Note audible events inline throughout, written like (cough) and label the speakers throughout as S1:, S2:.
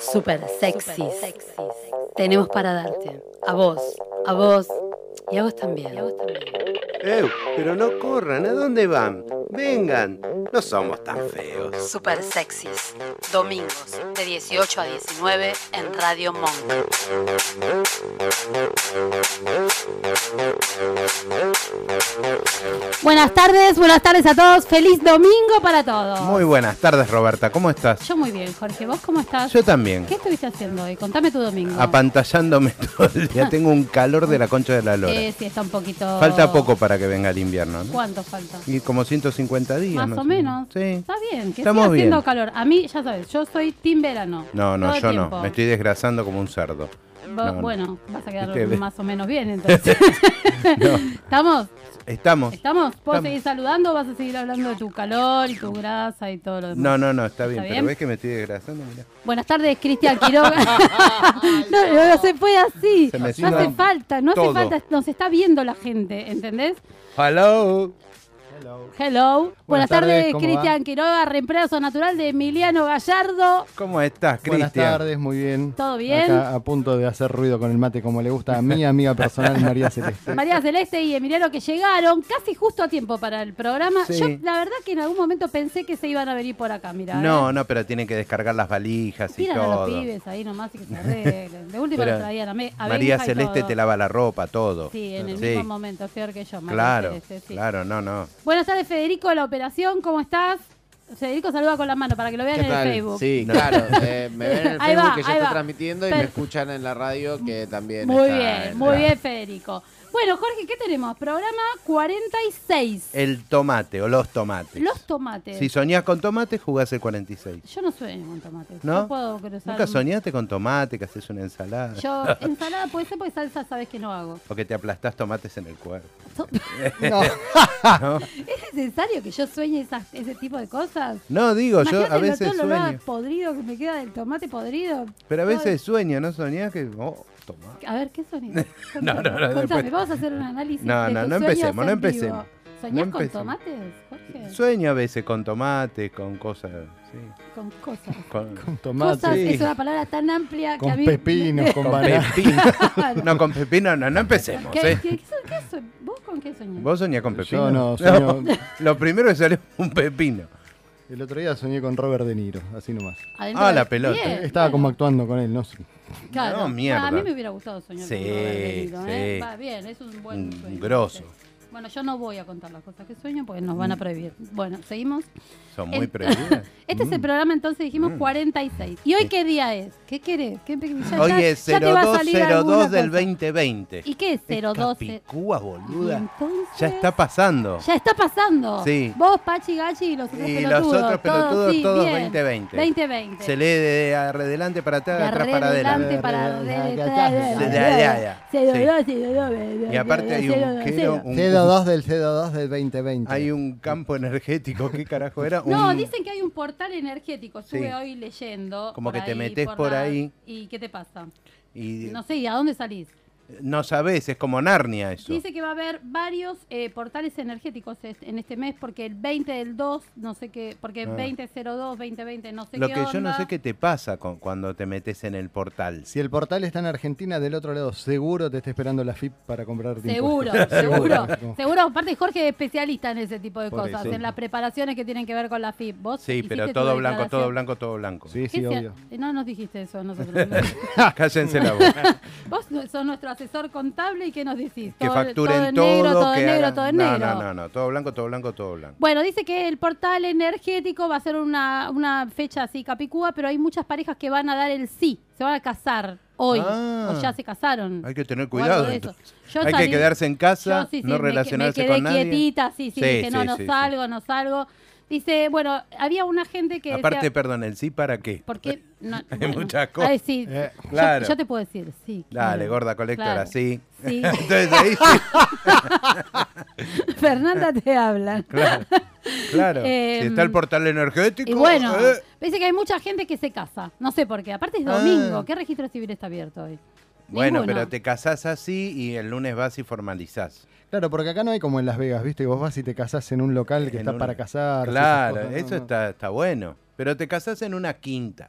S1: Super sexys. Tenemos para darte. A vos, a vos y a vos también.
S2: ¡Ew! Eh, Pero no corran, ¿a dónde van? Vengan, no somos tan feos.
S1: Super sexys. Domingos de 18 a 19 en Radio Monk.
S3: Buenas tardes, buenas tardes a todos. Feliz domingo para todos.
S2: Muy buenas tardes, Roberta, ¿cómo estás?
S3: Yo muy bien, Jorge. ¿Vos cómo estás?
S2: Yo también,
S3: ¿Qué estuviste haciendo hoy? Contame tu domingo.
S2: apantallándome (laughs) todo el día, tengo un calor de la concha de la
S3: Eh,
S2: lora.
S3: sí, está un poquito.
S2: Falta poco para que venga el invierno, ¿no?
S3: ¿Cuánto falta?
S2: Y como 150 días.
S3: Más
S2: no
S3: o
S2: sé.
S3: menos.
S2: Sí.
S3: Está bien, que
S2: Estamos
S3: siga haciendo
S2: bien.
S3: calor. A mí, ya sabes, yo soy team verano.
S2: No, no,
S3: Todo el
S2: yo
S3: tiempo.
S2: no, me estoy desgrasando como un
S3: (laughs)
S2: cerdo.
S3: Bo-
S2: no, no.
S3: Bueno, vas a quedar
S2: Viste,
S3: más o menos
S2: (laughs)
S3: bien entonces.
S2: No,
S3: ¿Estamos?
S2: ¿Estamos?
S3: ¿Estamos? ¿Puedo
S2: Estamos.
S3: seguir saludando o vas a seguir hablando de tu calor y tu grasa y todo lo demás?
S2: No, no, no, está bien,
S3: ¿Está
S2: pero
S3: bien?
S2: ves que me estoy desgrasando, mirá.
S3: Buenas tardes, Cristian Quiroga.
S2: (laughs)
S3: (laughs) no, no, no se puede así.
S2: Se me
S3: no hace
S2: sientan
S3: falta, no
S2: todo.
S3: hace falta. Nos está viendo la gente, ¿entendés?
S2: Hello.
S3: Hello. Buenas,
S4: Buenas tardes,
S3: tardes,
S4: ¿cómo
S3: Cristian Quiroga, reemplazo natural de Emiliano Gallardo.
S2: ¿Cómo estás,
S4: Buenas
S2: Cristian?
S4: tardes, muy bien.
S3: ¿Todo bien?
S4: Acá a punto de hacer ruido con el mate como le gusta
S2: (laughs)
S4: a mi amiga personal María
S2: Este.
S4: Celeste.
S3: María Celeste y Emiliano que llegaron casi justo a tiempo para el programa.
S2: Sí.
S3: Yo la verdad que en algún momento pensé que se iban a venir por acá, mirá.
S2: No,
S3: ¿eh?
S2: no, pero tienen que descargar las valijas y
S3: Tiran a
S2: todo.
S3: los pibes ahí nomás
S2: (laughs)
S3: y que se arreglen. De última
S2: Pero
S3: lo traían a, me, a
S2: María
S3: Benja y
S2: Celeste
S3: todo.
S2: te lava la ropa, todo.
S3: Sí, en el
S2: Sí.
S3: mismo momento, peor que yo. María
S2: Claro,
S3: Celeste, sí.
S2: claro, no, no.
S3: Buenas tardes, Federico, de la operación, ¿cómo estás? Federico saluda con la mano para que lo vean
S5: ¿Qué
S3: en
S5: tal?
S3: el Facebook.
S5: Sí,
S2: No.
S5: claro. eh,
S3: (laughs)
S5: me ven en el
S3: Ahí
S5: Facebook
S3: va,
S5: que
S3: ahí
S5: ya está
S3: va.
S5: transmitiendo y
S3: Per-
S5: me escuchan en la radio que también
S3: muy
S5: está
S3: bien,
S5: en
S3: muy
S5: la-
S3: bien, Federico. Bueno, Jorge, ¿qué tenemos? Programa 46.
S2: El tomate o los tomates.
S3: Los tomates.
S2: Si soñás con tomate, jugás el 46.
S3: Yo no sueño con tomates.
S2: ¿No?
S3: puedo cruzar.
S2: ¿Nunca
S3: un-
S2: soñaste con tomate, que haces una ensalada?
S3: Yo, ensalada puede ser porque salsa sabes que no hago.
S2: O que te aplastás tomates en el cuerpo.
S4: No,
S3: ¿Es necesario que yo sueñe esas- ese tipo de cosas?
S2: No, digo, yo a
S3: Imagínate lo-
S2: veces
S3: todo lo olor a
S2: sueño.
S3: podrido que me queda del tomate podrido.
S2: Pero a
S3: Todo-
S2: veces sueño, ¿no soñás que... Oh, tomate.
S3: A ver, ¿qué
S2: (laughs)
S3: sonido?
S2: No, no,
S3: Contame,
S2: no,
S3: contame,
S2: después-
S3: vamos a hacer un análisis.
S2: No,
S3: de
S2: no,
S3: tus
S2: no
S3: sueños
S2: empecemos, no
S3: en vivo.
S2: empecemos.
S3: ¿Soñás
S2: No
S3: con
S2: empecemos.
S3: tomates, Jorge?
S2: Sueño a veces con tomate, con cosas... sí,
S3: con cosas.
S2: con-
S4: con
S3: Cosas
S4: tomate,
S3: es una palabra tan amplia que a
S4: con
S3: mí... (laughs)
S4: pepinos, con banana.
S2: pepino.
S3: Claro.
S2: No, con pepino no, no empecemos,
S3: ¿Qué,
S2: ¿eh?
S3: qué- qué son- qué son? ¿Vos con qué soñás?
S2: ¿Vos soñás con pepino? (laughs)
S4: Yo no, sueño-
S2: Lo primero que salió fue un pepino.
S4: El otro día soñé con Robert De Niro, así nomás.
S3: Adentro
S2: Ah,
S3: de-
S2: la pelota.
S3: Bien,
S4: Estaba
S3: bueno,
S4: como actuando con él, no sé.
S3: claro.
S2: No, mierda.
S3: A mí me hubiera gustado soñar
S2: Sí,
S3: con Robert De Niro, ¿eh?
S2: sí.
S3: Va bien, es un buen
S2: Un
S3: sueño.
S2: grosso. Mm.
S3: Bueno, yo no voy a contar las cosas que sueño porque nos van a prohibir. Bueno, seguimos.
S2: Son muy
S3: El-
S2: previdas.
S3: Este
S2: Mm.
S3: es el programa, entonces dijimos 46. ¿Y hoy qué día es? ¿Qué querés? ¿Qué, (laughs) ya-
S2: Hoy
S3: ya-
S2: es
S3: ya te va a salir alguna
S2: 0202 del
S3: cosa.
S2: 2020.
S3: ¿Y qué es
S2: Es
S3: 012?
S2: Capicúa, boluda.
S3: Entonces-
S2: Ya está pasando.
S3: Ya está pasando.
S2: Sí.
S3: Vos, Pachi, Gachi y los otros
S2: Y los
S3: pelotudos.
S2: otros pelotudos,
S3: sí,
S2: todos
S3: bien.
S2: 2020.
S3: 2020.
S2: Se lee de adelante para atrás,
S3: De
S2: de atrás para adelante.
S3: adelante para adelante.
S2: Ya, ya, ya. Y aparte hay un, que era un-
S4: 02 del 02 del 2020.
S2: hay un campo energético, ¿qué carajo era?
S3: No,
S2: Un-
S3: dicen que hay un portal energético. Estuve
S2: Sí.
S3: hoy leyendo.
S2: Como que te
S3: ahí,
S2: metés
S3: por
S2: por
S3: la-
S2: ahí.
S3: ¿Y qué te pasa?
S2: y
S3: No sé, ¿y a dónde salís?
S2: no sabes, es como Narnia eso.
S3: Dice que va a haber varios eh, portales energéticos est- en este mes porque el 20 del 2, no sé qué, porque
S2: Ah.
S3: 2002, 2020, no sé
S2: Lo
S3: qué
S2: que yo no
S3: onda.
S2: sé qué te pasa con, cuando te metes en el portal.
S4: Si el portal está en Argentina, del otro lado, seguro te está esperando la FIP para comprarte
S2: (laughs)
S3: Seguro,
S4: impuestos.
S3: seguro,
S4: Como-
S3: seguro. Aparte, Jorge es especialista en ese tipo de
S4: Por
S3: cosas,
S4: eso.
S3: en las preparaciones que tienen que ver con la FIP. ¿Vos
S2: Sí, pero
S3: hiciste
S2: todo
S3: tu
S2: blanco, todo
S3: declaración?
S2: blanco, todo blanco.
S4: Sí,
S3: ¿Qué
S4: sí,
S3: se-
S4: obvio.
S3: eh, No nos dijiste eso a nosotros. ¿no?
S2: (laughs) Cállense la boca.
S3: Vos no- sos nuestro asesor contable y ¿qué nos decís?
S2: que
S3: Todo-
S2: facturen
S3: en
S2: todo,
S3: negro, todo
S2: que
S3: en negro,
S2: hagan-
S3: todo en
S2: no,
S3: negro.
S2: No, no, no, todo blanco, todo blanco, todo blanco.
S3: Bueno, dice que el portal energético va a ser una, una fecha así capicúa, pero hay muchas parejas que van a dar el sí, se van a casar hoy,
S2: Ah.
S3: o ya se casaron.
S2: Hay que tener
S3: o algo
S2: cuidado.
S3: de Mm. eso.
S2: entonces.
S3: Yo
S2: Hay
S3: salí-
S2: que quedarse en casa,
S3: yo sí, sí,
S2: no
S3: me que-
S2: relacionarse
S3: me quedé
S2: con nadie.
S3: quietita, sí, sí,
S2: Sí,
S3: dije, no,
S2: sí,
S3: no
S2: sí, sí.
S3: salgo, no salgo. Dice, bueno, había una gente que
S2: Aparte,
S3: decía,
S2: perdón, el sí para qué. (laughs)
S3: ¿por qué? No,
S2: Hay
S3: bueno,
S2: muchas cosas.
S3: ay, sí,
S4: Eh,
S3: yo-
S2: claro.
S3: yo, te puedo decir, sí.
S2: Dale,
S3: claro,
S2: gorda colectora,
S3: claro.
S2: sí.
S3: Sí.
S2: (laughs)
S3: (laughs)
S2: Entonces ahí sí,
S3: Fernanda te hablan.
S2: claro. claro.
S3: Em,
S2: si está el portal energético.
S3: Y bueno,
S2: eh,
S3: dice que hay mucha gente que se casa. No sé por qué. Aparte es
S2: Ah.
S3: domingo. ¿Qué registro civil está abierto hoy?
S2: bueno,
S3: Ninguno.
S2: pero te casás así y el lunes vas y formalizás.
S4: Claro, porque acá no hay como en Las Vegas, ¿viste? Vos vas y te casás en un local que
S2: En
S4: está
S2: un-
S4: para casar.
S2: Claro, eso está, está bueno. Pero te casás en una quinta.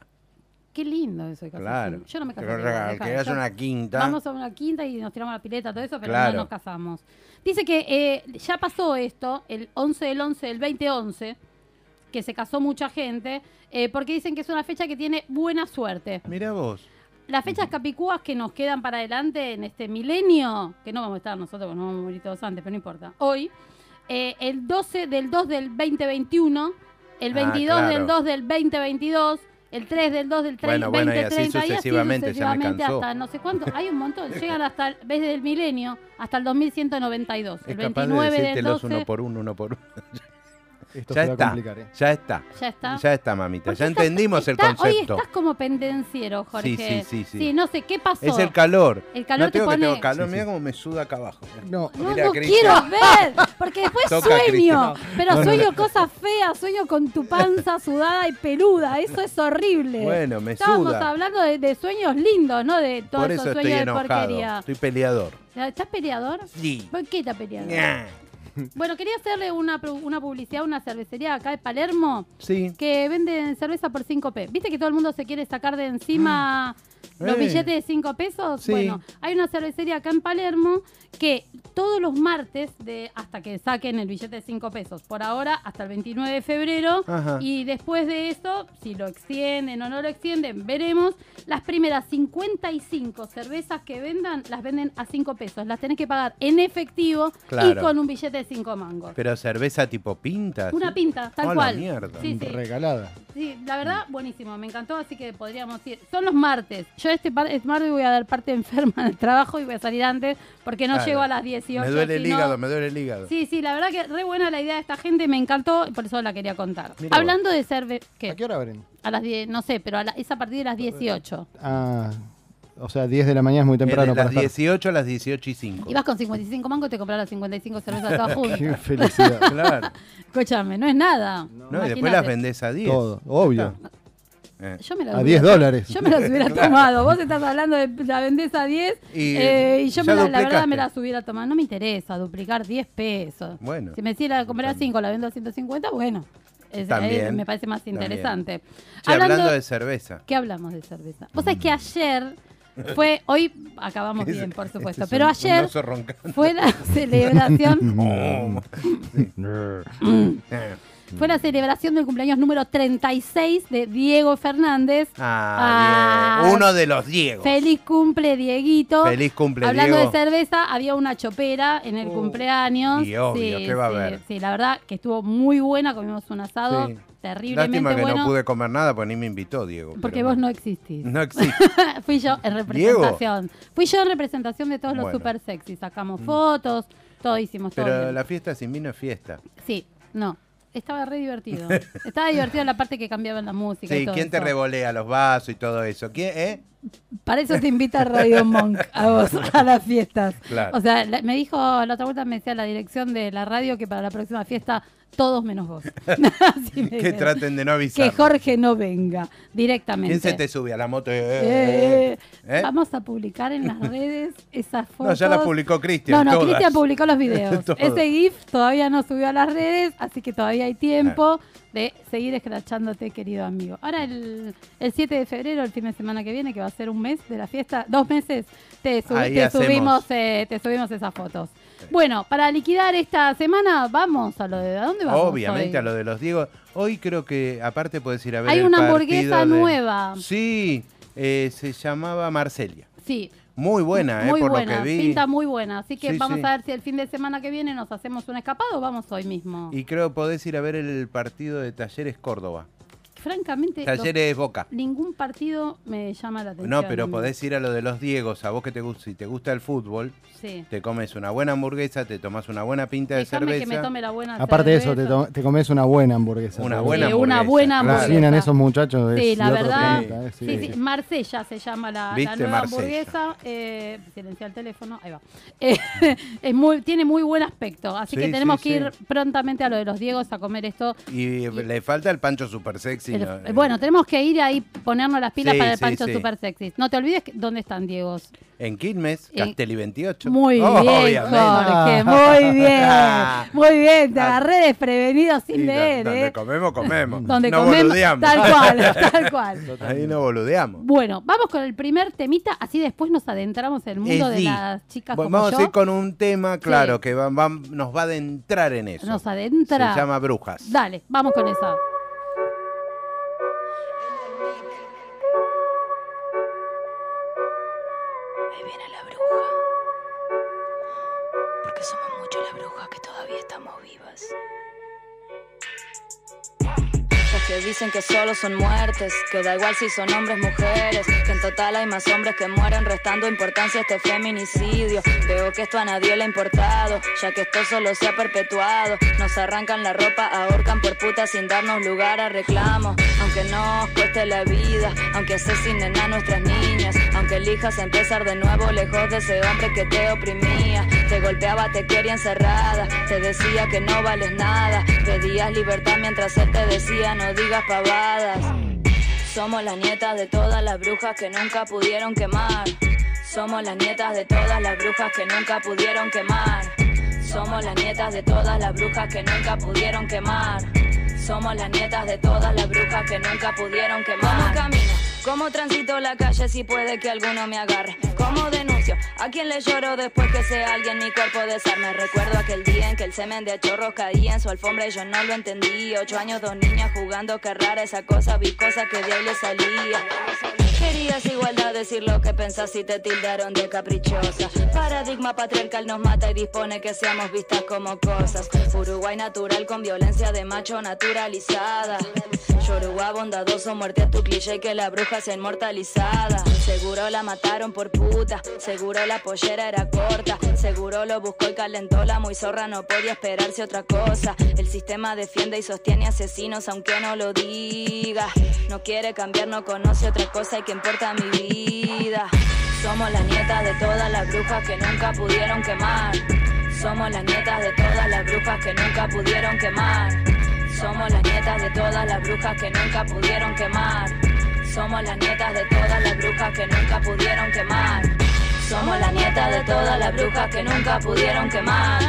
S3: Qué lindo eso de casarse.
S2: Claro.
S3: Yo no me casé.
S2: Pero
S3: igual,
S2: regal,
S3: dejá,
S2: querías
S3: yo-
S2: una quinta.
S3: Vamos a una quinta y nos tiramos a la pileta, todo eso, pero
S2: Claro.
S3: no nos casamos. Dice que eh, ya pasó esto, el 11 del 11 del 2011, que se casó mucha gente, eh, porque dicen que es una fecha que tiene buena suerte.
S2: Mira vos.
S3: Las fechas capicúas que nos quedan para adelante en este milenio, que no vamos a estar nosotros, porque nos vamos a morir todos antes, pero no importa. Hoy, eh, el 12 del 2 del 2021, el
S2: Ah,
S3: 22
S2: claro.
S3: del 2 del 2022, el 3 del 2 del 3,
S2: Bueno, bueno, y así
S3: 2030,
S2: sucesivamente, ya me cansó.
S3: hasta no sé cuánto. Hay
S2: (laughs)
S3: un montón, llegan hasta, el- desde el milenio hasta el 2192.
S2: Es
S3: El
S2: capaz de
S3: 29 del
S2: decírtelos
S3: 12,
S2: uno por uno, uno por uno.
S4: Esto
S2: ya,
S4: se va a
S2: está,
S4: complicar. ¿eh?
S2: ya está.
S3: ya está.
S2: Ya está, mamita.
S3: Porque
S2: Ya
S3: estás-
S2: entendimos el
S3: está- Hoy
S2: concepto.
S3: estás como pendenciero, Jorge.
S2: sí, sí, sí.
S3: no sé, ¿qué pasó?
S2: Es el calor.
S3: El calor
S2: no
S3: te
S2: tengo que
S3: pone-
S2: tengo calor.
S4: Sí,
S2: Mira
S4: sí.
S2: cómo me suda acá abajo.
S4: No,
S3: No
S2: Mirá,
S3: lo
S2: Cristian.
S3: quiero ver, porque después
S2: Toca,
S3: sueño,
S2: Cristian.
S3: pero
S4: No, no,
S3: sueño cosas feas, sueño con tu panza sudada y peluda, eso es horrible.
S2: Bueno, me
S3: Estábamos
S2: suda.
S3: hablando de, de sueños lindos, ¿no? De todos
S2: Por
S3: esos
S2: eso
S3: sueños
S2: estoy
S3: de
S2: enojado.
S3: porquería.
S2: Estoy peleador.
S3: ¿Estás peleador?
S2: Sí.
S3: ¿Por qué estás peleador?
S2: Ña.
S3: Bueno, quería hacerle una, pu- una publicidad a una cervecería acá de Palermo
S2: Sí.
S3: que venden cerveza por 5p. ¿Viste que todo el mundo se quiere sacar de encima los
S2: Eh.
S3: billetes de 5 pesos?
S2: Sí.
S3: Bueno, hay una cervecería acá en Palermo que todos los martes, de, hasta que saquen el billete de 5 pesos, por ahora hasta el 29 de febrero,
S2: Ajá.
S3: y después de eso, si lo extienden o no lo extienden, veremos. Las primeras 55 cervezas que vendan, las venden a 5 pesos. Las tenés que pagar en efectivo y
S2: Claro.
S3: con un billete de 5 mangos.
S2: Pero cerveza tipo pinta.
S3: Una
S2: ¿sí?
S3: pinta, tal
S2: A la
S3: cual.
S2: mierda.
S3: Sí, sí.
S4: Regalada.
S3: Sí, la verdad, buenísimo, me encantó, así que podríamos ir. Son los martes. Yo este, par- este martes voy a dar parte (laughs) enferma del trabajo y voy a salir antes porque no
S2: Claro.
S3: llego a las 18.
S2: Me duele el
S3: si no-
S2: hígado, me duele el hígado.
S3: Sí, sí, la verdad que re buena la idea de esta gente, me encantó, por eso la quería contar.
S2: Mira vos.
S3: Hablando de cerve... ¿qué?
S4: ¿A qué hora abren?
S3: A las 10, no sé, pero a la- es a partir de las 18.
S4: Ah, o sea, 10 de la mañana es muy temprano
S2: de las
S4: para estar.
S2: 18 a las 18 y 5.
S3: Ibas con 55 mangos y te compraron 55
S2: (laughs)
S3: cervezas todas
S4: Qué
S3: juntas.
S4: felicidad.
S2: Claro.
S3: Escúchame, no es nada.
S2: No, y después
S3: Imagínate.
S2: las vendés a 10.
S4: Todo, obvio.
S3: Ah,
S2: Eh.
S3: Yo me las
S4: A
S3: hubiera-
S4: 10 dólares.
S3: Yo me las
S2: (laughs)
S3: hubiera tomado. Vos estás hablando de la vendés a 10
S2: Y,
S3: eh, y
S2: ya
S3: yo me la, la verdad
S2: duplicaste.
S3: me las hubiera tomado. No me interesa duplicar 10 pesos.
S2: Bueno.
S3: Si me decía la comprar a 5, la vendo a 150, bueno. Es-
S2: También,
S3: eh, me parece más
S2: también.
S3: interesante.
S2: Che, hablando, de Mm. cerveza.
S3: ¿Qué hablamos de cerveza? Vos sabés que ayer fue... Hoy
S2: (laughs)
S3: acabamos bien, por supuesto. pero
S2: Este es un- un
S3: ayer
S2: oso roncando.
S3: (laughs)
S2: (laughs)
S3: fue la celebración... Fue la celebración del cumpleaños número 36 de Diego Fernández.
S2: Ah, Diego.
S3: Ah,
S2: Uno de los Diegos.
S3: Feliz cumple, Dieguito.
S2: Feliz cumple,
S3: Hablando
S2: Diego.
S3: de cerveza, había una chopera en el cumpleaños.
S2: y obvio, ¿qué va a
S3: sí,
S2: haber?
S3: Sí, la verdad que estuvo muy buena, comimos un asado
S2: Sí.
S3: terriblemente
S2: Lástima que
S3: bueno.
S2: no pude comer nada, porque ni me invitó, Diego.
S3: porque
S2: pero
S3: vos
S2: bueno. (laughs)
S3: no existís. (laughs)
S2: No existe.
S3: Fui yo en
S2: Diego.
S3: representación. Fui yo en representación de todos los
S2: Bueno. Mm.
S3: super sexy. Sacamos fotos, todo hicimos todo.
S2: Pero
S3: bien.
S2: la fiesta sin vino es fiesta.
S3: Sí, no. Estaba
S2: (laughs)
S3: re divertido. Estaba divertido la parte que cambiaban la música. y
S2: Sí,
S3: todo
S2: ¿quién te
S3: eso.
S2: revolea los vasos y todo eso? ¿Quién, eh?
S3: Para eso te invita Radio Monk a
S2: (laughs)
S3: vos a las fiestas.
S2: Claro.
S3: O sea, la- me dijo la otra vuelta, me decía la dirección de la radio que para la próxima fiesta todos menos vos. (laughs) Así me
S2: Que
S3: dijeron.
S2: traten de no
S3: Que
S2: avisar.
S3: Jorge no venga directamente.
S2: ¿Quién se te sube a la moto? Eh,
S3: Eh,
S2: eh, eh. ¿Eh?
S3: Vamos a publicar en las redes esas fotos.
S2: (laughs) No, ya la publicó
S3: No,
S2: Cristian.
S3: no,
S2: todas.
S3: Cristian publicó
S2: (laughs)
S3: los videos.
S2: Todas.
S3: Ese GIF todavía no subió a las redes, así que todavía hay
S2: Eh.
S3: tiempo de seguir escrachándote, querido amigo. Ahora el, el 7 de febrero, el fin de semana que viene, que va a ser un mes de la fiesta, dos meses, te, su-
S2: Ahí
S3: te
S2: hacemos. Eh.
S3: subimos, eh, te subimos esas fotos. Bueno, para liquidar esta semana, vamos a lo de... ¿A dónde vamos?
S2: Obviamente,
S3: hoy?
S2: a lo de los Diegos. Hoy creo que, aparte, puedes ir a ver.
S3: Hay
S2: el
S3: una
S2: partido
S3: hamburguesa
S2: de-
S3: nueva.
S2: Sí, eh, se llamaba Marcelia.
S3: Sí.
S2: Muy buena, eh,
S3: muy
S2: por
S3: buena,
S2: lo que vi.
S3: pinta muy buena. Así que
S2: Sí,
S3: vamos
S2: sí.
S3: a ver si el fin de semana que viene nos hacemos un escapado o vamos hoy mismo.
S2: Y creo podés ir a ver el partido de Talleres Córdoba.
S3: Francamente, los
S2: Talleres Boca.
S3: Ningún partido me llama la atención.
S2: No, pero podés ir a lo de los Diegos. A vos que te gusta, si te gusta el fútbol,
S3: Sí.
S2: te comes una buena hamburguesa, te tomás una buena pinta de
S3: Déjame que me
S2: cerveza.
S3: tome la buena
S4: Aparte de eso, te,
S3: cerveza.
S4: to- te comes una buena hamburguesa.
S2: Una
S4: seguro.
S2: buena
S3: Sí, una
S2: hamburguesa.
S3: buena
S2: claro.
S3: hamburguesa.
S4: Cocinan esos muchachos.
S3: Sí,
S4: es
S3: la
S4: de otro
S3: verdad.
S4: planeta, eh, sí.
S3: Sí, sí, Marsella se llama la, la
S2: Viste,
S3: nueva
S2: Marsella.
S3: hamburguesa. Eh, silencia el teléfono, ahí va. Eh, (laughs) es muy, tiene muy buen aspecto, así
S2: Sí,
S3: que tenemos
S2: sí,
S3: que
S2: sí.
S3: ir prontamente a lo de los Diegos a comer esto.
S2: Y le falta el pancho super sexy sí.
S3: El-
S2: la-
S3: eh, bueno, tenemos que ir ahí ponernos las pilas
S6: Sí,
S3: para el
S6: sí,
S3: Pancho
S6: sí.
S3: Super Sexy. No te olvides que- dónde están, Diego.
S2: En Quilmes,
S3: En-
S2: Castelli 28.
S3: Muy bien,
S2: Obviamente.
S3: Jorge, muy bien.
S2: (laughs)
S3: Muy bien, te
S2: Ah.
S3: agarré desprevenido
S2: Y
S3: sin
S2: do-
S3: leer,
S2: donde
S3: ¿eh?
S2: comemos, comemos.
S3: (laughs) Donde
S2: no
S3: comemos.
S2: boludeamos.
S3: Tal cual,
S2: (laughs)
S3: tal cual.
S2: Ahí no boludeamos.
S3: Bueno, vamos con el primer temita, así después nos adentramos en el mundo de
S2: Edi.
S3: las chicas
S2: Bueno,
S3: como
S2: vamos
S3: yo.
S2: a ir con un tema, claro,
S3: Sí.
S2: que va- va- nos va a adentrar en eso.
S3: Nos
S2: Se
S3: adentra.
S2: llama Brujas.
S3: Dale, vamos con esa.
S7: Ahí viene la bruja. Porque somos muchas las brujas que todavía estamos vivas. Los que dicen que solo son muertes, que da igual si son hombres mujeres, que en total hay más hombres que mueren restando importancia a este feminicidio. Veo que esto a nadie le ha importado, ya que esto solo se ha perpetuado. Nos arrancan la ropa, ahorcan por puta sin darnos lugar a reclamos. Aunque nos cueste la vida, aunque asesinen a nuestras niñas, aunque elijas empezar de nuevo lejos de ese hombre que te oprimía, te golpeaba, te quería encerrada, te decía que no vales nada, pedías libertad mientras él te decía no digas pavadas. Somos las nietas de todas las brujas que nunca pudieron quemar. Somos las nietas de todas las brujas que nunca pudieron quemar. Somos las nietas de todas las brujas que nunca pudieron quemar. Somos las nietas de todas las brujas que nunca pudieron quemar. ¿Cómo camino? ¿Cómo transito la calle si puede que alguno me agarre? ¿Cómo denuncio? ¿A quién le lloro después que sea alguien mi cuerpo desarme? Recuerdo aquel día en que el semen de chorros caía en su alfombra y yo no lo entendí. Ocho años, dos niñas jugando, qué rara esa cosa, vi cosas que de ahí le salía. Querías igualdad, decir lo que pensás y te tildaron de caprichosa. Paradigma patriarcal nos mata y dispone que seamos vistas como cosas. Uruguay natural con violencia de macho naturalizada. Yoruba bondadoso, muerte a tu cliché que la bruja sea inmortalizada. Seguro la mataron por puta, seguro la pollera era corta. Seguro lo buscó y calentó la muy zorra, no podía esperarse otra cosa. El sistema defiende y sostiene asesinos aunque no lo diga. No quiere cambiar, no conoce otra cosa y que importa mi vida. Somos las nietas de todas las brujas que nunca pudieron quemar. Somos las nietas de todas las brujas que nunca pudieron quemar. Somos las nietas de todas las brujas que nunca pudieron quemar. Somos las nietas de todas las brujas que nunca pudieron quemar. Somos las nietas de todas las brujas que nunca pudieron quemar.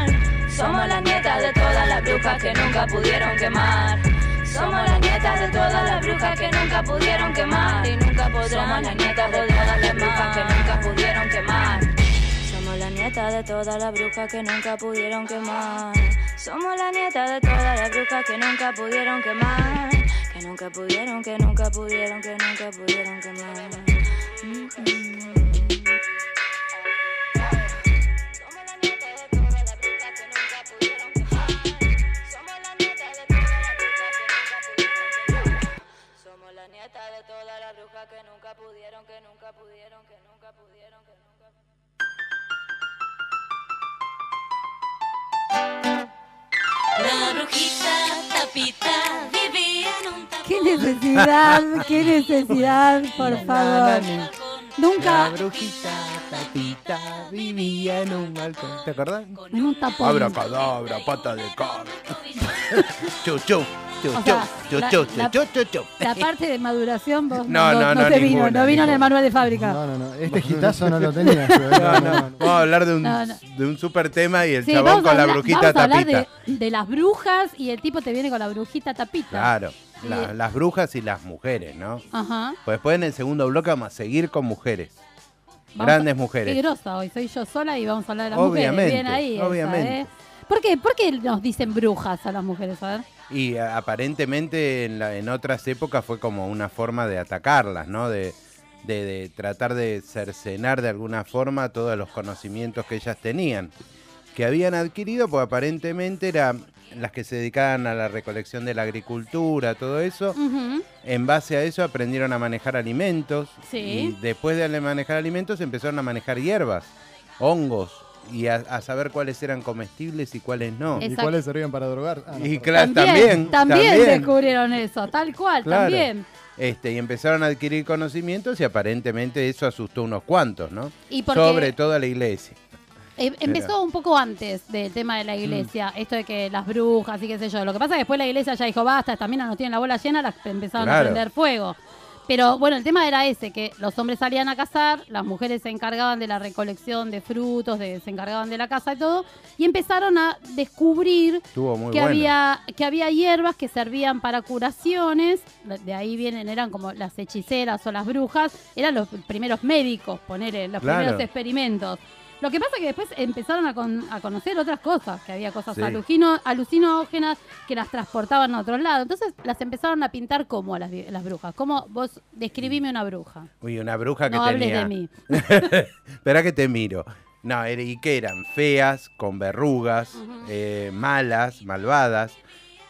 S7: Somos las nietas de todas las brujas que nunca pudieron quemar. Somos las nietas de todas las brujas que nunca pudieron quemar y nunca podrán. Somos las nietas de todas las brujas que nunca pudieron quemar. Somos la nieta de todas las brujas que nunca pudieron quemar. Somos la nieta de todas las brujas que nunca pudieron quemar. Que nunca pudieron, que nunca pudieron, que nunca pudieron quemar. Mm, mm. Somos la nieta de todas las brujas que nunca pudieron quemar. Somos la nieta de todas las brujas que nunca pudieron quemar. Somos la nieta de todas las brujas que nunca pudieron, que nunca pudieron, que nunca pudieron, que nunca pudieron.
S8: La brujita tapita vivía en un
S3: Qué necesidad, qué necesidad,
S2: (laughs)
S3: por favor. Nunca
S2: brujita tapita vivía en un balcón. ¿Te acordás?
S3: en un tapón.
S2: Abracadabra, pata de (laughs) cabra. Chu, chu, chu,
S3: O
S2: chu,
S3: sea,
S2: chu,
S3: la-
S2: chu,
S3: la-
S2: chu, chu, chu.
S3: La parte de maduración vos
S2: No,
S3: no,
S2: no,
S3: no,
S2: no,
S3: te vino,
S2: ninguna,
S3: no vino en
S2: ninguna.
S3: el manual de fábrica.
S4: No, no, no. Este gitazo no
S2: (laughs)
S4: lo tenía. yo, eh,
S2: No, no, Vamos a hablar de un,
S3: No, no.
S2: de un super tema y el
S3: Sí,
S2: chabón
S3: vamos a
S2: con la
S3: hablar-
S2: brujita
S3: vamos a hablar
S2: tapita.
S3: De, de las brujas y el tipo te viene con la brujita tapita.
S2: Claro, la-
S3: Sí.
S2: las brujas y las mujeres, ¿no?
S3: Ajá.
S2: Pues después en el segundo bloque vamos a seguir con mujeres.
S3: Vamos
S2: Grandes
S3: a-
S2: mujeres.
S3: Qué grosa hoy, soy yo sola y vamos a hablar de las
S2: Obviamente,
S3: mujeres. Bien ahí, esa,
S2: obviamente.
S3: ¿eh? ¿Por qué? ¿Por qué nos dicen brujas a las mujeres? A ver.
S2: Y a- aparentemente en, la- en otras épocas fue como una forma de atacarlas, ¿no? De, de- de tratar de cercenar de alguna forma todos los conocimientos que ellas tenían, que habían adquirido, porque aparentemente eran las que se dedicaban a la recolección de la agricultura, todo eso.
S3: Ujú.
S2: En base a eso aprendieron a manejar alimentos
S3: Sí.
S2: y después de ale- manejar alimentos empezaron a manejar hierbas, hongos y a, a saber cuáles eran comestibles y cuáles no.
S3: Es-
S4: ¿Y
S3: Exacto.
S4: cuáles servían para drogar? Ah, no,
S2: Y
S4: perdón.
S2: claro, también,
S3: también,
S2: también.
S3: descubrieron eso, tal cual,
S2: Claro.
S3: también.
S2: Este, y empezaron a adquirir conocimientos y aparentemente eso asustó unos cuantos, ¿no?
S3: Y porque-
S2: Sobre todo a la iglesia.
S3: Em- Empezó un poco antes del tema de la iglesia, esto de que las brujas y qué sé yo. Lo que pasa es que después la iglesia ya dijo, basta, estas minas no tienen la bola llena, las empezaron
S2: Claro.
S3: a prender fuego. Pero bueno, el tema era ese, que los hombres salían a cazar, las mujeres se encargaban de la recolección de frutos, de- se encargaban de la casa y todo, y empezaron a descubrir
S2: Estuvo muy
S3: que
S2: bueno.
S3: había que había hierbas que servían para curaciones de- de ahí vienen eran como las hechiceras o las brujas eran los primeros médicos poner los
S2: Claro.
S3: primeros experimentos lo que pasa que después empezaron a, con- a conocer otras cosas que había cosas
S2: Sí.
S3: alucino- alucinógenas que las transportaban a otro lado entonces las empezaron a pintar como a las, vi- las brujas como vos describime una bruja
S2: Uy, una bruja que
S3: no hables
S2: tenía.
S3: de mí
S2: Espera que te miro. No, era- y que eran feas, con verrugas, eh, malas, malvadas.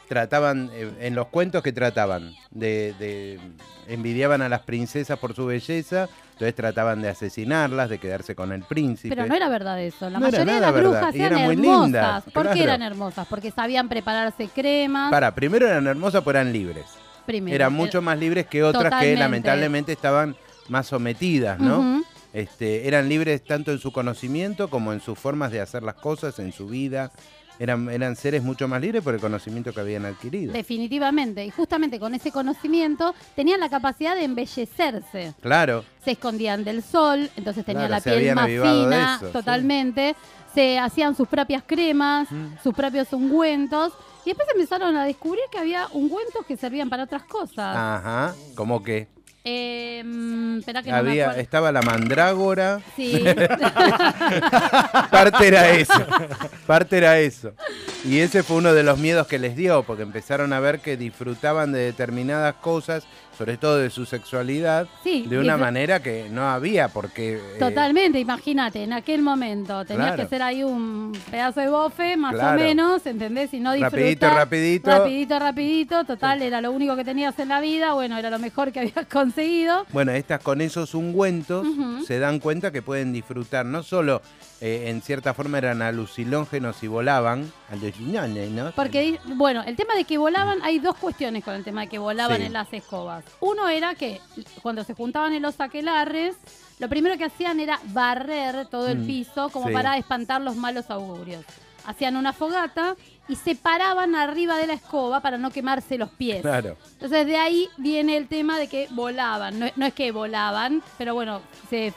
S2: Trataban, eh, en los cuentos que trataban, de, de- envidiaban a las princesas por su belleza, entonces trataban de asesinarlas, de quedarse con el príncipe.
S3: Pero no era verdad eso. La
S2: No era
S3: mayoría
S2: nada
S3: de las
S2: verdad,
S3: brujas
S2: y
S3: eran,
S2: eran muy
S3: hermosas.
S2: lindas,
S3: ¿Por qué
S2: claro.
S3: eran hermosas? Porque sabían prepararse cremas.
S2: Para, primero eran hermosas, pues eran libres.
S3: primero.
S2: Eran mucho más libres que otras
S3: eh, Totalmente.
S2: que lamentablemente estaban más sometidas, ¿no?
S3: Ujú.
S2: Este, eran libres tanto en su conocimiento como en sus formas de hacer las cosas, en su vida. Eran, eran seres mucho más libres por el conocimiento que habían adquirido.
S3: Definitivamente. Y justamente con ese conocimiento tenían la capacidad de embellecerse.
S2: Claro,
S3: Se escondían del sol, entonces tenían
S2: Claro,
S3: la
S2: se
S3: piel
S2: habían
S3: más
S2: avivado de
S3: fina,
S2: eso, sí.
S3: totalmente. Se hacían sus propias cremas,
S2: Mm.
S3: sus propios ungüentos. Y después empezaron a descubrir que había ungüentos que servían para otras
S2: Ah.
S3: cosas.
S2: ajá, como que
S3: Em, esperá Ah. que no me
S2: había,
S3: acuerdo.
S2: estaba la mandrágora,
S3: Sí.
S2: (laughs) parte era eso, parte era eso. Y ese fue uno de los miedos que les dio, porque empezaron a ver que disfrutaban de determinadas cosas, sobre todo de su sexualidad,
S3: Sí,
S2: de una
S3: disfr-
S2: manera que no había, porque... eh,
S3: Totalmente, imagínate, en aquel momento tenías
S2: Claro.
S3: que ser ahí un pedazo de bofe, más
S2: Claro.
S3: o menos, ¿entendés? Y no disfrutar.
S2: Rapidito, rapidito.
S3: Rapidito, rapidito. Total, era lo único que tenías en la vida, bueno, era lo mejor que habías (laughs) conseguido.
S2: Bueno, estas con esos ungüentos
S3: Ujú.
S2: se dan cuenta que pueden disfrutar, no solo eh, en cierta forma eran alucinógenos y volaban, alucinógenos, ¿no?
S3: Porque, di- bueno, el tema de que volaban, hay dos cuestiones con el tema de que volaban
S2: Sí.
S3: en las escobas. Uno era que cuando se juntaban en los aquelarres, lo primero que hacían era barrer todo el
S2: Mm,
S3: piso como
S2: sí.
S3: para espantar los malos augurios. Hacían una fogata y se paraban arriba de la escoba para no quemarse los pies.
S2: Claro,
S3: Entonces de ahí viene el tema de que volaban. No, no es que volaban, pero bueno, se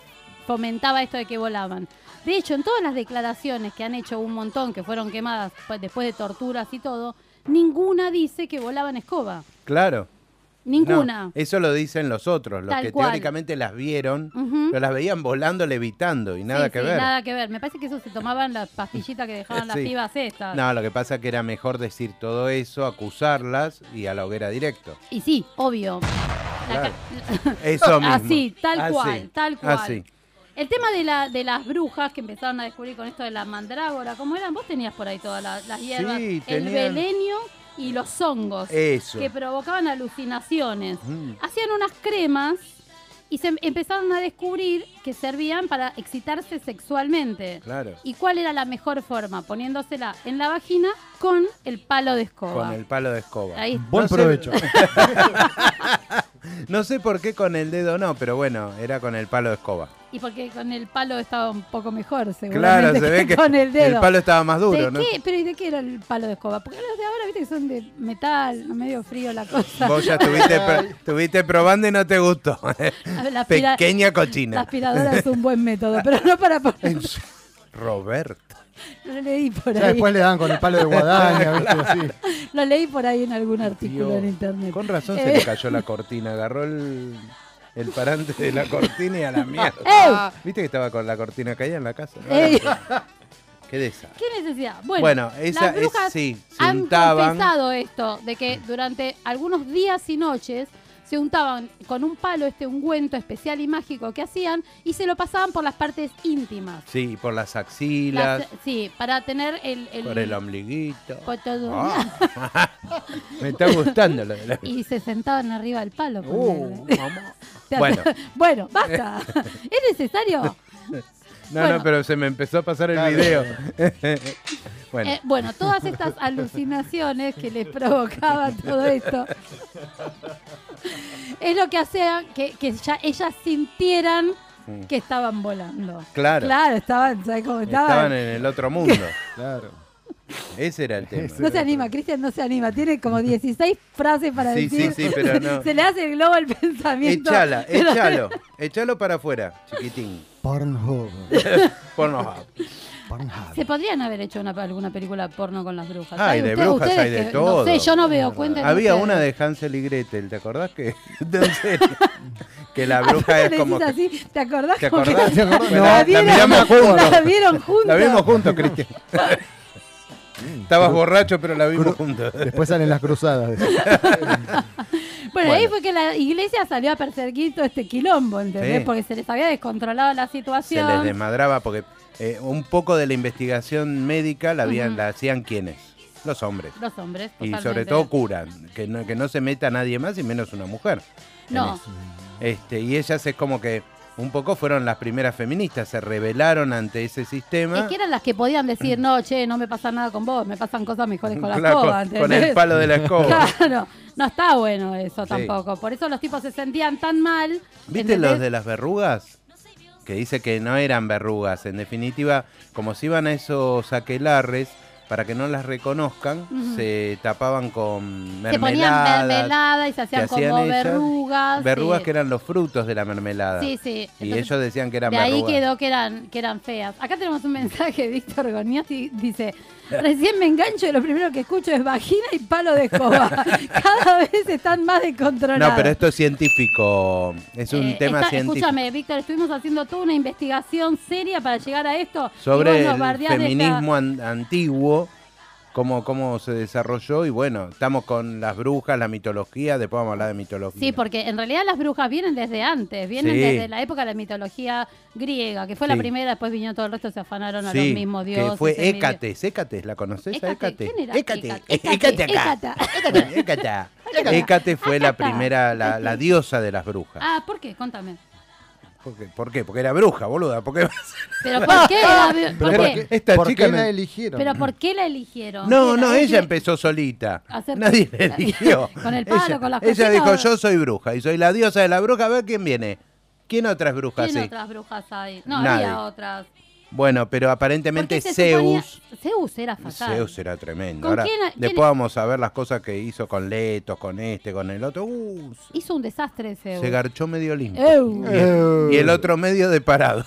S3: fomentaba esto de que volaban. De hecho, en todas las declaraciones que han hecho un montón, que fueron quemadas pues, después de torturas y todo, ninguna dice que volaban escoba.
S2: claro.
S3: Ninguna.
S2: No, eh, eso lo dicen los otros, los
S3: Tal
S2: que
S3: cual.
S2: teóricamente las vieron,
S3: Ujú.
S2: pero las veían volando, levitando y nada
S3: Sí,
S2: que
S3: sí,
S2: ver.
S3: Nada que ver. Me parece que eso se tomaban las pastillitas que
S2: (laughs)
S3: dejaban las
S2: Sí.
S3: pibas estas.
S2: No, lo que pasa es que era mejor decir todo eso, acusarlas y a la hoguera directo.
S3: Y sí, obvio. La ca- (laughs)
S2: Eso mismo.
S3: Así, tal
S2: Así,
S3: cual, tal cual.
S2: así.
S3: El tema de, la, de las brujas que empezaron a descubrir con esto de la mandrágora, ¿cómo eran? Vos tenías por ahí todas la- las hierbas,
S2: Sí,
S3: el
S2: tenían-
S3: belenio y los hongos
S2: Eso.
S3: que provocaban alucinaciones.
S2: Mm.
S3: Hacían unas cremas y se em- empezaron a descubrir que servían para excitarse sexualmente.
S2: Claro.
S3: ¿Y cuál era la mejor forma? Poniéndosela en la vagina con el palo de escoba.
S2: Con el palo de escoba.
S3: Ahí
S4: Buen
S2: No sé-
S4: provecho.
S2: No sé por qué con el dedo no, pero bueno, era con el palo de escoba.
S3: Y porque con el palo estaba un poco mejor, seguramente.
S2: Claro, se ve que
S3: con el dedo.
S2: palo estaba más duro,
S3: ¿De
S2: ¿no?
S3: qué? ¿Pero y de qué era el palo de escoba? Porque los de ahora, viste, que son de metal, medio frío la cosa.
S2: Vos ya
S3: (laughs)
S2: estuviste, pro- estuviste probando y no te gustó.
S3: La
S2: (laughs)
S3: aspira-
S2: Pequeña
S3: La
S2: cochina.
S3: aspiradora es un buen método, pero no para poner.
S2: Roberto.
S3: (laughs) Lo leí por
S4: (laughs) Ya
S3: ahí.
S4: después le dan con el palo de guadaña,
S2: (laughs)
S4: ¿viste? Así.
S3: Lo leí por ahí en algún artículo en internet.
S2: Con razón
S3: Eh.
S2: se le cayó la cortina. Agarró el, el parante de la cortina y
S3: (laughs)
S2: a la mierda.
S3: ¡Ey!
S2: ¿Viste que estaba con la cortina caída en la casa?
S3: Ey.
S2: Qué desastre.
S3: ¿Qué necesidad? Bueno,
S2: Bueno, esa
S3: las
S2: es-
S3: brujas
S2: sí, se
S3: han
S2: untaban.
S3: confesado esto, de que durante algunos días y noches se untaban con un palo este ungüento especial y mágico que hacían y se lo pasaban por las partes íntimas.
S2: Sí, y por las
S3: Las-
S2: axilas,
S3: sí, para tener el... el-
S2: por el ombliguito.
S3: por todo. (laughs)
S2: Ah. (laughs) Me está gustando lo de la...
S3: Y se sentaban arriba del palo.
S2: Uh,
S3: ponele.
S2: mamá.
S3: (laughs) Te-
S2: Bueno.
S3: bueno,
S2: (laughs)
S3: basta. ¿Es necesario?
S2: No,
S3: Bueno.
S2: no, pero se me empezó a pasar el
S4: Claro.
S3: (laughs)
S2: video. bueno,
S3: Eh, bueno, todas estas alucinaciones que les provocaba todo
S2: (laughs)
S3: esto es lo que hacían que, que ya ellas sintieran
S2: Sí.
S3: que estaban volando.
S2: Claro.
S3: Claro, estaban, ¿sabes cómo estaban?
S2: Estaban en el otro mundo.
S4: Claro.
S2: Ese era el tema.
S3: No se anima, Cristian no se anima. Tiene como 16 frases para
S2: Sí,
S3: decir.
S2: sí, sí, pero no.
S3: (laughs) Se le hace el globo el pensamiento.
S2: Echala,
S3: Pero-
S2: échalo. Échalo para afuera, chiquitín.
S4: Pornhub.
S2: Porno.
S4: (laughs)
S3: Se
S4: Pornhub.
S3: podrían haber hecho una, alguna película porno con las brujas.
S2: Ay,
S3: ¿Saben
S2: de
S3: ustedes-
S2: brujas
S3: ustedes
S2: hay de
S3: que-
S2: todo.
S3: No sé, yo no veo cuenta.
S2: Había
S3: (laughs)
S2: una de Hansel y Gretel, ¿te acordás que? (laughs) Entonces, que la bruja es E como. que-
S3: Así, ¿Te acordás?
S2: ¿Te
S3: Como que
S2: acordás?
S4: ¿Te acordás?
S2: Bueno,
S4: No,
S2: la,
S3: la vieron-
S2: miramos juntos.
S3: La vieron juntos.
S2: La vimos juntos, Cristian.
S3: (laughs)
S2: Estabas borracho, pero la vimos juntos.
S4: Después salen las cruzadas.
S3: Bueno, ahí
S2: Bueno.
S3: fue que la iglesia salió a perseguir todo este quilombo, ¿entendés?
S2: Sí.
S3: Porque se les había descontrolado la
S2: Se
S3: situación.
S2: les desmadraba porque eh, un poco de la investigación médica la, habían, la hacían quienes? Los hombres.
S3: Los hombres.
S2: Y sobre
S3: totalmente.
S2: todo curan, que no, que no se meta nadie más y menos una mujer. en
S3: No,
S2: eso. Este, y ellas es como que un poco fueron las primeras feministas, se rebelaron ante ese sistema.
S3: es que eran las que podían decir, no, che, no me pasa nada con vos, me pasan cosas mejores con la
S2: Mm. (laughs) Claro,
S3: escoba,
S2: con- con el
S3: ¿entendés?
S2: palo de la escoba.
S3: (laughs) Claro, no está bueno eso
S2: Sí.
S3: tampoco. Por eso los tipos se sentían tan mal.
S2: ¿Viste los de
S3: ¿entendés?
S2: las verrugas? Que dice que no eran verrugas. En definitiva, como se iban a esos aquelarres, para que no las reconozcan, se tapaban con mermelada.
S3: Se ponían mermelada y se
S2: que
S3: hacían, como
S2: ellas.
S3: verrugas.
S2: Verrugas
S3: sí.
S2: que eran los frutos de la mermelada.
S3: Sí, sí.
S2: Y
S3: Entonces,
S2: ellos decían que eran
S3: De ahí
S2: verrugas.
S3: quedó que eran, que eran feas. Acá tenemos un mensaje de Víctor Goniati. Dice: Recién me engancho y lo primero que escucho es vagina y palo de
S2: (laughs)
S3: escoba. Cada vez están más descontrolados.
S2: No, pero esto es científico. Es un
S3: Eh,
S2: tema
S3: está-
S2: científico.
S3: Escúchame, Víctor, estuvimos haciendo toda una investigación seria para llegar a esto. y vos
S2: sobre
S3: nos
S2: el
S3: bardeás de esta-
S2: feminismo an- antiguo, cómo, cómo se desarrolló y bueno, estamos con las brujas, la mitología, después vamos a hablar de mitología.
S3: Sí, porque en realidad las brujas vienen desde antes, vienen
S2: Sí.
S3: desde la época de la mitología griega, que fue la
S2: Sí.
S3: primera, después vino todo el resto, se afanaron a
S2: Sí,
S3: los mismos dioses.
S2: que fue
S3: se midi-
S2: Hécates, Hécates, ¿la conoces? a
S3: Hécate,
S2: Hécate.
S3: ¿quién era
S2: Hécate,
S3: Hécate?
S2: Hécate
S3: Hécata.
S2: acá. Hécate, Hécata. Hécate fue la
S3: Acá está.
S2: primera, la, la diosa de las brujas.
S3: Ah, ¿por qué? Contame.
S2: ¿Por, qué? ¿Por qué? Porque era bruja, boluda. ¿Por qué?
S3: ¿Pero por qué? la bru- ¿Por
S2: Pero
S3: qué?
S2: porque- Esta
S4: ¿Por
S2: chica
S4: qué
S2: me-
S4: la eligieron?
S3: ¿Pero por qué la eligieron?
S2: (laughs) No,
S3: Era-
S2: no,
S3: era-
S2: ella empezó solita.
S3: Hacer-
S2: Nadie le eligió.
S3: (laughs) Con el palo,
S2: ella,
S3: con las
S2: Ella
S3: cositas.
S2: dijo, yo soy bruja y soy la diosa de la bruja. A ver quién viene. ¿Quién otras brujas
S3: ¿Quién
S2: sí?
S3: otras brujas hay? No,
S2: Nadie.
S3: había otras.
S2: Bueno, pero
S3: Porque
S2: aparentemente
S3: se
S2: Zeus...
S3: suponía- Zeus era fatal.
S2: Zeus era tremendo.
S3: ¿Con
S2: Ahora,
S3: quién- quién-
S2: después vamos a ver las cosas que hizo con Letos, con este, con el otro. Uh,
S3: Hizo un desastre Zeus.
S2: se garchó medio limpio.
S3: Eu.
S2: Y, el- y el otro medio de
S3: (laughs)
S2: parado.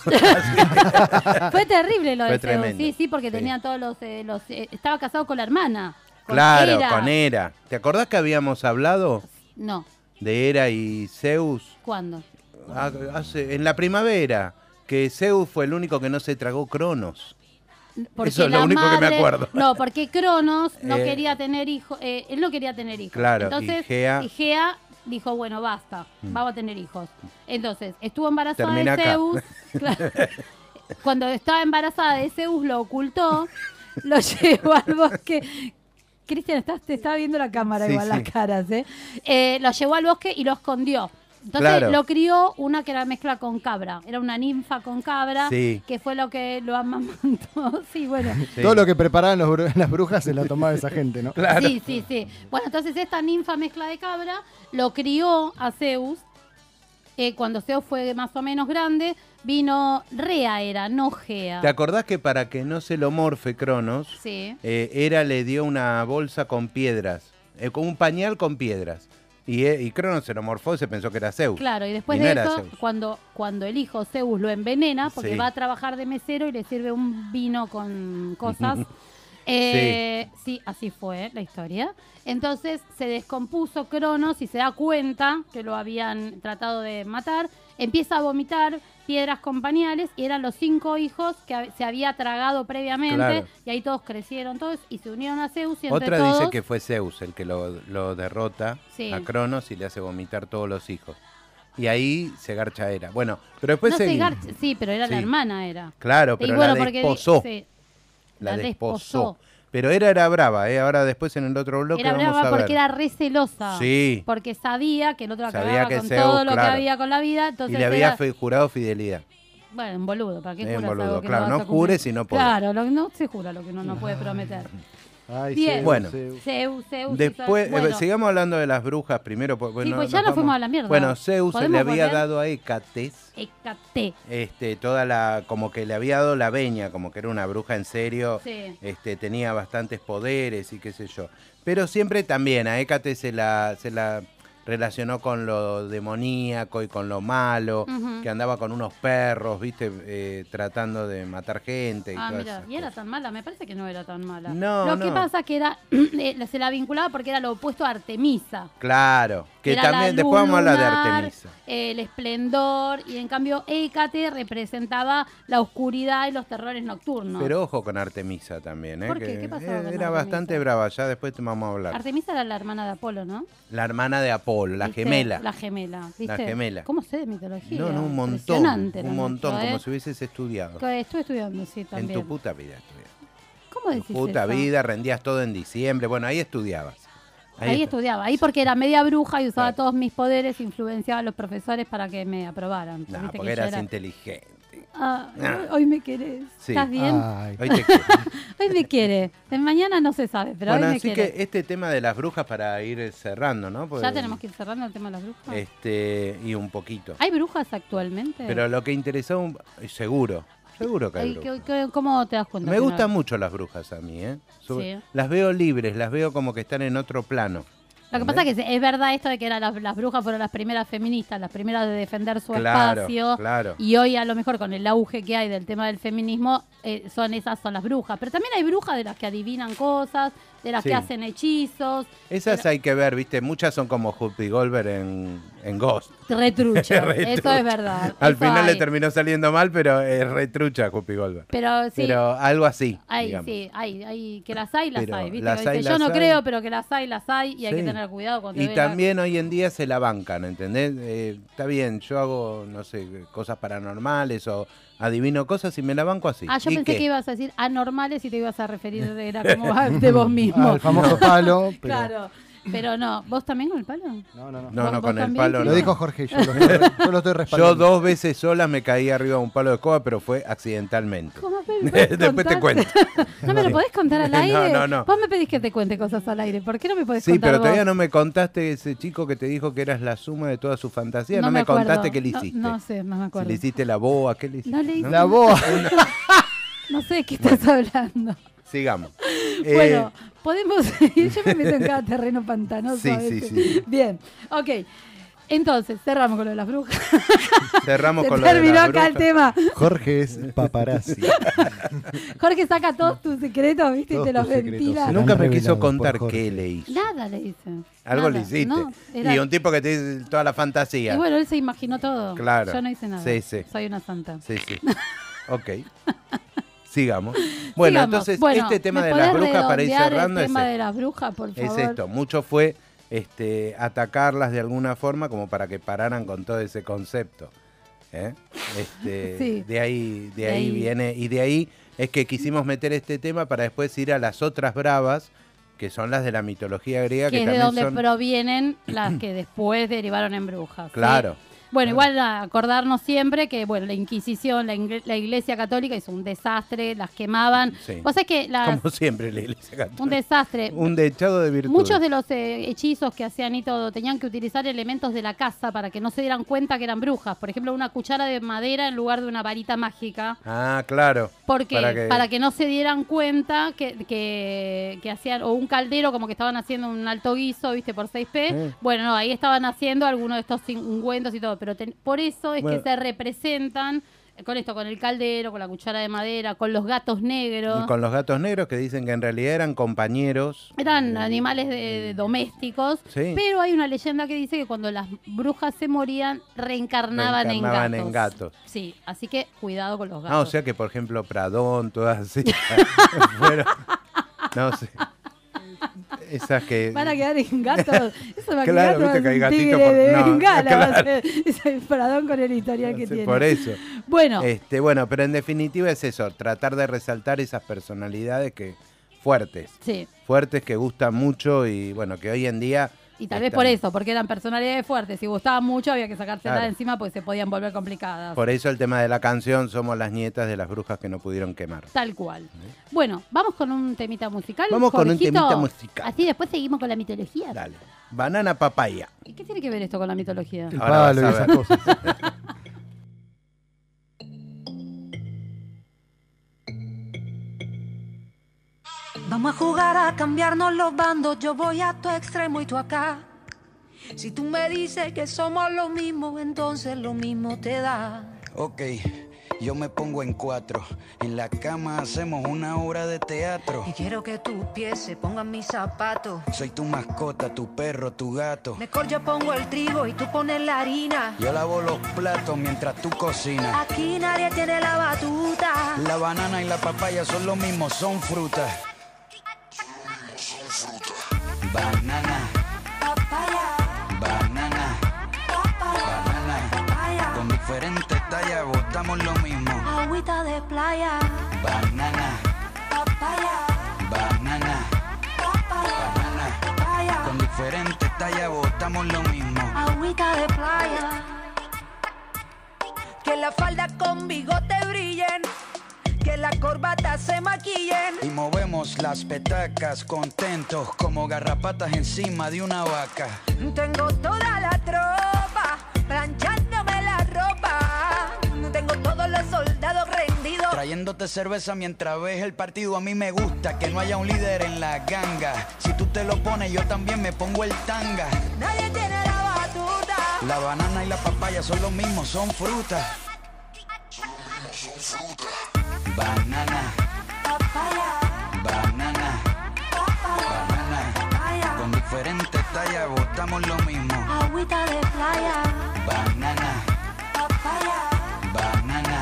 S3: Fue terrible lo
S2: Fue
S3: de Zeus,
S2: tremendo.
S3: sí, sí, porque
S2: Sí.
S3: tenía todos los... eh, los eh, estaba casado con la hermana.
S2: (laughs)
S3: con
S2: claro,
S3: Hera.
S2: con E- Hera. ¿Te acordás que habíamos hablado
S3: No,
S2: de Hera y Zeus?
S3: ¿cuándo?
S2: Ah, hace- en la primavera, que Zeus fue el único que no se tragó Cronos.
S3: Porque
S2: Eso es
S3: la
S2: lo único que me
S3: madre-
S2: acuerdo.
S3: No, porque Cronos no
S2: Eh.
S3: quería tener hijos, él no quería tener hijos.
S2: Claro,
S3: Entonces,
S2: y Gea- Mm.
S3: y Gea dijo, bueno, basta, vamos a tener hijos. Entonces, estuvo embarazada
S2: Termina
S3: de
S2: acá. (laughs)
S3: Zeus. Claro. Cuando estaba embarazada de Zeus, lo ocultó, lo (laughs) llevó al bosque. Cristian, estás, te estaba viendo la cámara
S2: Sí,
S3: igual
S2: sí.
S3: las caras, ¿eh? Eh, Lo llevó al bosque y lo escondió. Entonces
S2: Claro.
S3: lo crió una que era mezcla con cabra. Era una ninfa con cabra,
S2: Sí.
S3: que fue lo que lo amamantó. (laughs) Sí, bueno.
S2: Sí.
S4: Todo lo que preparaban los bru- (laughs) las brujas se la tomaba esa gente, ¿no?
S3: Sí, sí, sí. Bueno, entonces esta ninfa mezcla de cabra lo crió a Zeus. Eh, cuando Zeus fue más o menos grande, vino Rea era, no Gea.
S2: ¿Te acordás que para que no se lo morfe Cronos,
S3: Sí.
S2: eh, Hera le dio una bolsa con piedras, eh, con un pañal con piedras? Y, eh, y Cronos se lo morfó y se pensó que era Zeus.
S3: Claro, y después
S2: Y no
S3: de
S2: era
S3: eso,
S2: Zeus.
S3: cuando, cuando el hijo Zeus lo envenena, porque
S2: Sí.
S3: va a trabajar de mesero y le sirve un vino con cosas. (laughs) Eh, sí. así fue la historia. Entonces se descompuso Cronos y se da cuenta que lo habían tratado de matar. Empieza a vomitar piedras con pañales y eran los cinco hijos que hab- se había tragado previamente.
S2: Claro.
S3: Y ahí todos crecieron todos y se unieron a Zeus y entre
S2: Otra
S3: todos...
S2: dice que fue Zeus el que lo, lo derrota
S3: Sí.
S2: a Cronos y le hace vomitar todos los hijos. Y ahí se garcha Hera. Bueno, pero después
S3: No se
S2: seguimos.
S3: garcha- sí, pero era la
S2: Sí.
S3: hermana, era.
S2: Claro,
S3: Y
S2: pero
S3: bueno,
S2: la
S3: porque di-
S2: desposó.
S3: sí.
S2: La,
S3: La
S2: desposó.
S3: desposó.
S2: Pero Hera era brava, ¿eh? Ahora después en el otro bloque
S3: Era
S2: vamos
S3: brava
S2: a ver.
S3: porque era re celosa.
S2: Sí.
S3: Porque sabía que el otro
S2: Sabía
S3: acababa
S2: que
S3: con
S2: Zeus,
S3: todo lo que
S2: claro.
S3: había con la vida. Entonces
S2: y le había
S3: era-
S2: fe- jurado fidelidad.
S3: Bueno, un boludo. ¿Para qué
S2: Es un
S3: juras
S2: boludo,
S3: algo que
S2: claro,
S3: no vas
S2: no
S3: a cumplir?
S2: jures y no podés. (laughs)
S3: Claro, lo- no se jura lo que uno no puede prometer.
S4: Ay,
S3: Bien.
S4: Zeus,
S2: Bueno.
S4: Zeus.
S3: Zeus, Zeus.
S2: Después, eh,
S3: Zeus. Bueno,
S2: sigamos hablando de las brujas primero. porque, bueno,
S3: pues ya nos fuimos a la mierda.
S2: Bueno, Zeus le
S3: ¿Podemos
S2: había
S3: volver?
S2: dado a Hécates
S3: Hécate.
S2: este, toda la. como que le había dado la veña, como que era una bruja en serio.
S3: Sí.
S2: Este, tenía bastantes poderes y qué sé yo. Pero siempre también a Hécate se la, se la relacionó con lo demoníaco y con lo malo,
S3: Ujú.
S2: que andaba con unos perros, viste, Eh, tratando de matar gente y
S3: Ah,
S2: todas
S3: mira,
S2: esas
S3: y era
S2: cosas.
S3: tan mala, me parece que no era tan mala.
S2: No,
S3: Lo que
S2: no.
S3: pasa que era, (clears throat) eh, se la vinculaba porque era lo opuesto a Artemisa.
S2: Claro, que
S3: Era la
S2: también,
S3: luz
S2: después vamos a hablar de
S3: lunar,
S2: Artemisa.
S3: El esplendor, y en cambio Hécate representaba la oscuridad y los terrores nocturnos.
S2: Pero ojo con Artemisa también, ¿eh?
S3: ¿Por qué?
S2: que,
S3: ¿Qué pasó
S2: eh,
S3: con
S2: era
S3: Artemisa?
S2: bastante brava, ya después te vamos a hablar.
S3: Artemisa era la hermana de Apolo, ¿no?
S2: la hermana de Apolo, la
S3: ¿Viste?
S2: gemela.
S3: La gemela, ¿viste?
S2: gemela.
S3: ¿Cómo sé de mitología?
S2: no, no, un montón.
S3: Impresionante lo
S2: Un montón,
S3: nuestro,
S2: como
S3: ¿eh?
S2: si hubieses estudiado.
S3: Que Estuve estudiando, sí,
S2: En
S3: también.
S2: tu puta vida. estudiaste.
S3: ¿Cómo
S2: En
S3: decís
S2: tu puta
S3: eso?
S2: vida, rendías todo en diciembre. Bueno, ahí estudiabas.
S3: Ahí,
S2: está.
S3: estudiaba, ahí porque era media bruja y usaba
S2: Claro.
S3: todos mis poderes, influenciaba a los profesores para que me aprobaran.
S2: No,
S3: Viste que
S2: porque
S3: yo
S2: eras
S3: era-
S2: inteligente.
S3: Ah,
S2: Ah.
S3: Hoy me querés.
S2: Sí.
S3: ¿Estás bien?
S4: Ay.
S2: Hoy
S3: (laughs)
S2: te quiero.
S3: Hoy me quiere. De mañana no se sabe, pero
S2: bueno,
S3: hoy me
S2: así
S3: quiere.
S2: que este tema de las brujas para ir eh, cerrando, ¿no? Porque,
S3: Ya tenemos que ir cerrando el tema de las brujas.
S2: Este, y un poquito.
S3: ¿Hay brujas actualmente?
S2: Pero lo que interesó, un- seguro, seguro que hay
S3: Ay,
S2: brujas.
S3: ¿qué- qué- ¿Cómo te das cuenta?
S2: Me
S3: que no?
S2: gustan mucho las brujas a mí, ¿eh? Sobre-
S3: Sí.
S2: Las veo libres, las veo como que están en otro plano.
S3: Lo que pasa
S2: ¿eh?
S3: es que es verdad esto de que eran las, las brujas fueron las primeras feministas, las primeras de defender su
S2: Claro,
S3: espacio.
S2: claro.
S3: Y hoy a lo mejor con el auge que hay del tema del feminismo, eh, son esas son las brujas. Pero también hay brujas de las que adivinan cosas, de las
S2: Sí.
S3: que hacen hechizos,
S2: Esas hay que ver, ¿viste? Muchas son como Whoopi Goldberg en, en Ghost. (laughs)
S3: retrucho.
S2: Re
S3: Eso
S2: trucha.
S3: es verdad.
S2: Al
S3: eso
S2: final le
S3: hay.
S2: terminó saliendo mal, pero es retrucha Whoopi Goldberg.
S3: Pero sí,
S2: Pero algo así.
S3: Ay,
S2: digamos.
S3: sí, hay, hay, que las hay, las
S2: Pero
S3: hay. ¿viste?
S2: las
S3: Que
S2: hay,
S3: dice, yo
S2: las
S3: no
S2: hay".
S3: creo, pero que las hay, las hay, y hay que
S2: Sí.
S3: tener cuidado cuando
S2: Y
S3: ve la-
S2: también hoy en día se la bancan, ¿entendés? Eh, está bien, yo hago, no sé, cosas paranormales o adivino cosas y me la banco así.
S3: Ah, yo
S2: ¿Y
S3: pensé
S2: qué?
S3: que ibas a decir anormales y te ibas a referir de, era como (laughs)
S2: (laughs)
S3: a- de vos mismo.
S4: Al Ah, famoso
S3: (laughs)
S4: palo. pero-
S3: Claro. Pero no, ¿vos también con el palo?
S4: No, no, no.
S2: No,
S3: ¿Vos-
S2: no,
S3: vos
S2: con el
S3: también,
S2: palo
S4: Lo
S2: no.
S4: dijo
S2: (laughs)
S4: Jorge, yo lo estoy, yo lo estoy
S2: Yo
S4: respaldando.
S2: dos veces sola me caí arriba de un palo de escoba, pero fue accidentalmente. (laughs)
S3: ¿Cómo me lo podés
S2: Después te
S3: contar?
S2: cuento.
S3: ¿No me lo podés contar al
S2: (laughs) No,
S3: aire?
S2: no, no.
S3: Vos me pedís que te cuente cosas al aire. ¿Por qué no me podés
S2: Sí,
S3: contar
S2: pero
S3: vos?
S2: todavía no me contaste ese chico que te dijo que eras la suma de todas sus fantasías. No, me,
S3: acuerdo.
S2: contaste qué le
S3: No-
S2: hiciste.
S3: No, sé, no me
S2: Si
S3: acuerdo.
S2: le hiciste la boa, qué le hiciste.
S3: No le hice-
S2: (laughs)
S4: La voz.
S3: No sé de qué estás (laughs) hablando. (laughs)
S2: Sigamos.
S3: Bueno,
S2: Eh,
S3: podemos (laughs) seguir. Yo me meto en cada terreno pantanoso.
S2: Sí,
S3: a
S2: sí,
S3: veces.
S2: sí.
S3: Bien, ok. Entonces, cerramos con lo de las brujas.
S2: cerramos
S3: Se
S2: con lo de la
S3: terminó acá el
S2: bruja.
S3: tema.
S4: Jorge es paparazzi.
S3: Jorge saca todos tus secretos, ¿viste?
S4: Todos
S3: y te los
S4: tus secretos,
S3: ventila.
S4: sí.
S2: Nunca me
S4: Revelados
S2: quiso
S4: por
S2: contar
S4: Jorge.
S2: qué le hizo.
S3: Nada le dice.
S2: Algo
S3: Nada,
S2: le hiciste.
S3: no, era-
S2: Y un tipo que te dice toda la fantasía.
S3: Y bueno, él se imaginó todo.
S2: Claro.
S3: Yo no hice nada.
S2: Sí, sí.
S3: Soy una santa.
S2: Sí,
S3: (laughs)
S2: sí. Ok. Sigamos. Bueno,
S3: Sigamos.
S2: entonces
S3: Bueno,
S2: este tema
S3: ¿me
S2: de las
S3: podés
S2: brujas para ir
S3: redondear
S2: cerrando
S3: El
S2: es
S3: tema
S2: este.
S3: de las brujas, por
S2: es
S3: favor.
S2: esto. Mucho fue este, atacarlas de alguna forma como para que pararan con todo ese concepto. ¿eh? Este,
S3: (laughs) Sí.
S2: De ahí, de
S3: De
S2: ahí
S3: ahí.
S2: viene, y de ahí es que quisimos meter este tema para después ir a las otras bravas, que son las de la mitología griega, que,
S3: Que es de
S2: también
S3: donde
S2: son...
S3: provienen las que después derivaron en brujas. ¿sí?
S2: Claro.
S3: Bueno, igual a acordarnos siempre que bueno, la Inquisición, la, ingle- la Iglesia Católica hizo un desastre, las quemaban.
S2: Sí.
S3: Vos sabés que las-
S2: Como siempre la iglesia católica.
S3: un desastre.
S2: Un dechado de virtud.
S3: Muchos de los eh, hechizos que hacían y todo tenían que utilizar elementos de la casa para que no se dieran cuenta que eran brujas. Por ejemplo, una cuchara de madera en lugar de una varita mágica.
S2: Ah, claro.
S3: Porque
S2: Para que-
S3: no se dieran cuenta que, que- que hacían, o un caldero como que estaban haciendo un alto guiso, viste, por 6P.
S2: Sí.
S3: Bueno, no, ahí estaban haciendo algunos de estos ungüentos y todo, pero ten- por eso es
S2: Bueno.
S3: que se representan eh, con esto, con el caldero, con la cuchara de madera, con los gatos negros.
S2: Y con los gatos negros que dicen que en realidad eran compañeros.
S3: Eran animales de, de domésticos,
S2: Mm. Sí.
S3: pero hay una leyenda que dice que cuando las brujas se morían, reencarnaban,
S2: Reencarnaban
S3: en
S2: en
S3: gatos.
S2: gatos.
S3: Sí, así que cuidado con los gatos.
S2: Ah, o sea que por ejemplo Pradón, todas
S3: (laughs)
S2: así. (laughs) fueron- no sé. Esas que.
S3: Van a quedar
S2: (laughs)
S3: en gatos. Eso va a
S2: Claro, viste Eh,
S3: quedar
S2: que hay
S3: un
S2: gatito
S3: tigre
S2: por-
S3: de
S2: no,
S3: bengala.
S2: (laughs) claro.
S3: va a ser. (laughs) Ese paradón con el historial que
S2: Sí,
S3: tiene.
S2: Por eso.
S3: Bueno,
S2: Este, bueno, pero en definitiva es eso, tratar de resaltar esas personalidades que fuertes,
S3: sí.
S2: fuertes que gustan mucho y bueno, que hoy en día
S3: Y tal vez
S2: Está
S3: por
S2: bien.
S3: eso, porque eran personalidades fuertes. Si gustaban mucho, había que sacárselas
S2: Claro.
S3: de encima porque se podían volver complicadas.
S2: Por eso el tema de la canción, somos las nietas de las brujas que no pudieron quemar.
S3: Tal cual. Bueno, vamos con un temita musical.
S2: Vamos con un
S3: Jorgito?
S2: temita musical.
S3: Así después seguimos con la mitología.
S2: Dale. Banana papaya.
S3: ¿Y qué tiene que ver esto con la mitología?
S4: El
S2: Ahora vas
S4: palo y
S2: a
S4: esas
S2: ver.
S4: cosas.
S9: Vamos a jugar a cambiarnos los bandos, yo voy a tu extremo y tú acá. Si tú me dices que somos lo mismo, entonces lo mismo te da.
S5: Ok, yo me pongo en cuatro. En la cama hacemos una obra de teatro.
S9: Y quiero que tus pies se pongan mis zapatos.
S5: Soy tu mascota, tu perro, tu gato.
S9: Mejor yo pongo el trigo y tú pones la harina.
S5: Yo lavo los platos mientras tú cocinas.
S9: Aquí nadie tiene la batuta.
S5: La banana y la papaya son lo mismo, son frutas. Banana,
S9: Papaya,
S5: banana, banana.
S9: papaya,
S5: Con diferentes tallas botamos lo mismo.
S9: agüita de playa.
S5: Banana,
S9: Papaya,
S5: banana,
S9: papaya,
S5: banana.
S9: papaya,
S5: Con diferentes tallas botamos lo mismo.
S9: agüita de playa. Que la falda con bigote brillen, que la corbata se maquillen.
S5: Y movemos las petacas contentos como garrapatas encima de una vaca.
S9: Tengo toda la tropa planchándome la ropa. Tengo todos los soldados rendidos.
S5: Trayéndote cerveza mientras ves el partido, a mí me gusta que no haya un líder en la ganga. Si tú te lo pones, yo también me pongo el tanga.
S9: Nadie tiene la batuta.
S5: La banana y la papaya son lo mismo, son frutas. Banana,
S9: Papaya,
S5: banana,
S9: papaya,
S5: banana.
S9: papaya.
S5: Con diferentes tallas botamos lo mismo.
S9: Agüita de playa.
S5: Banana,
S9: Papaya,
S5: banana,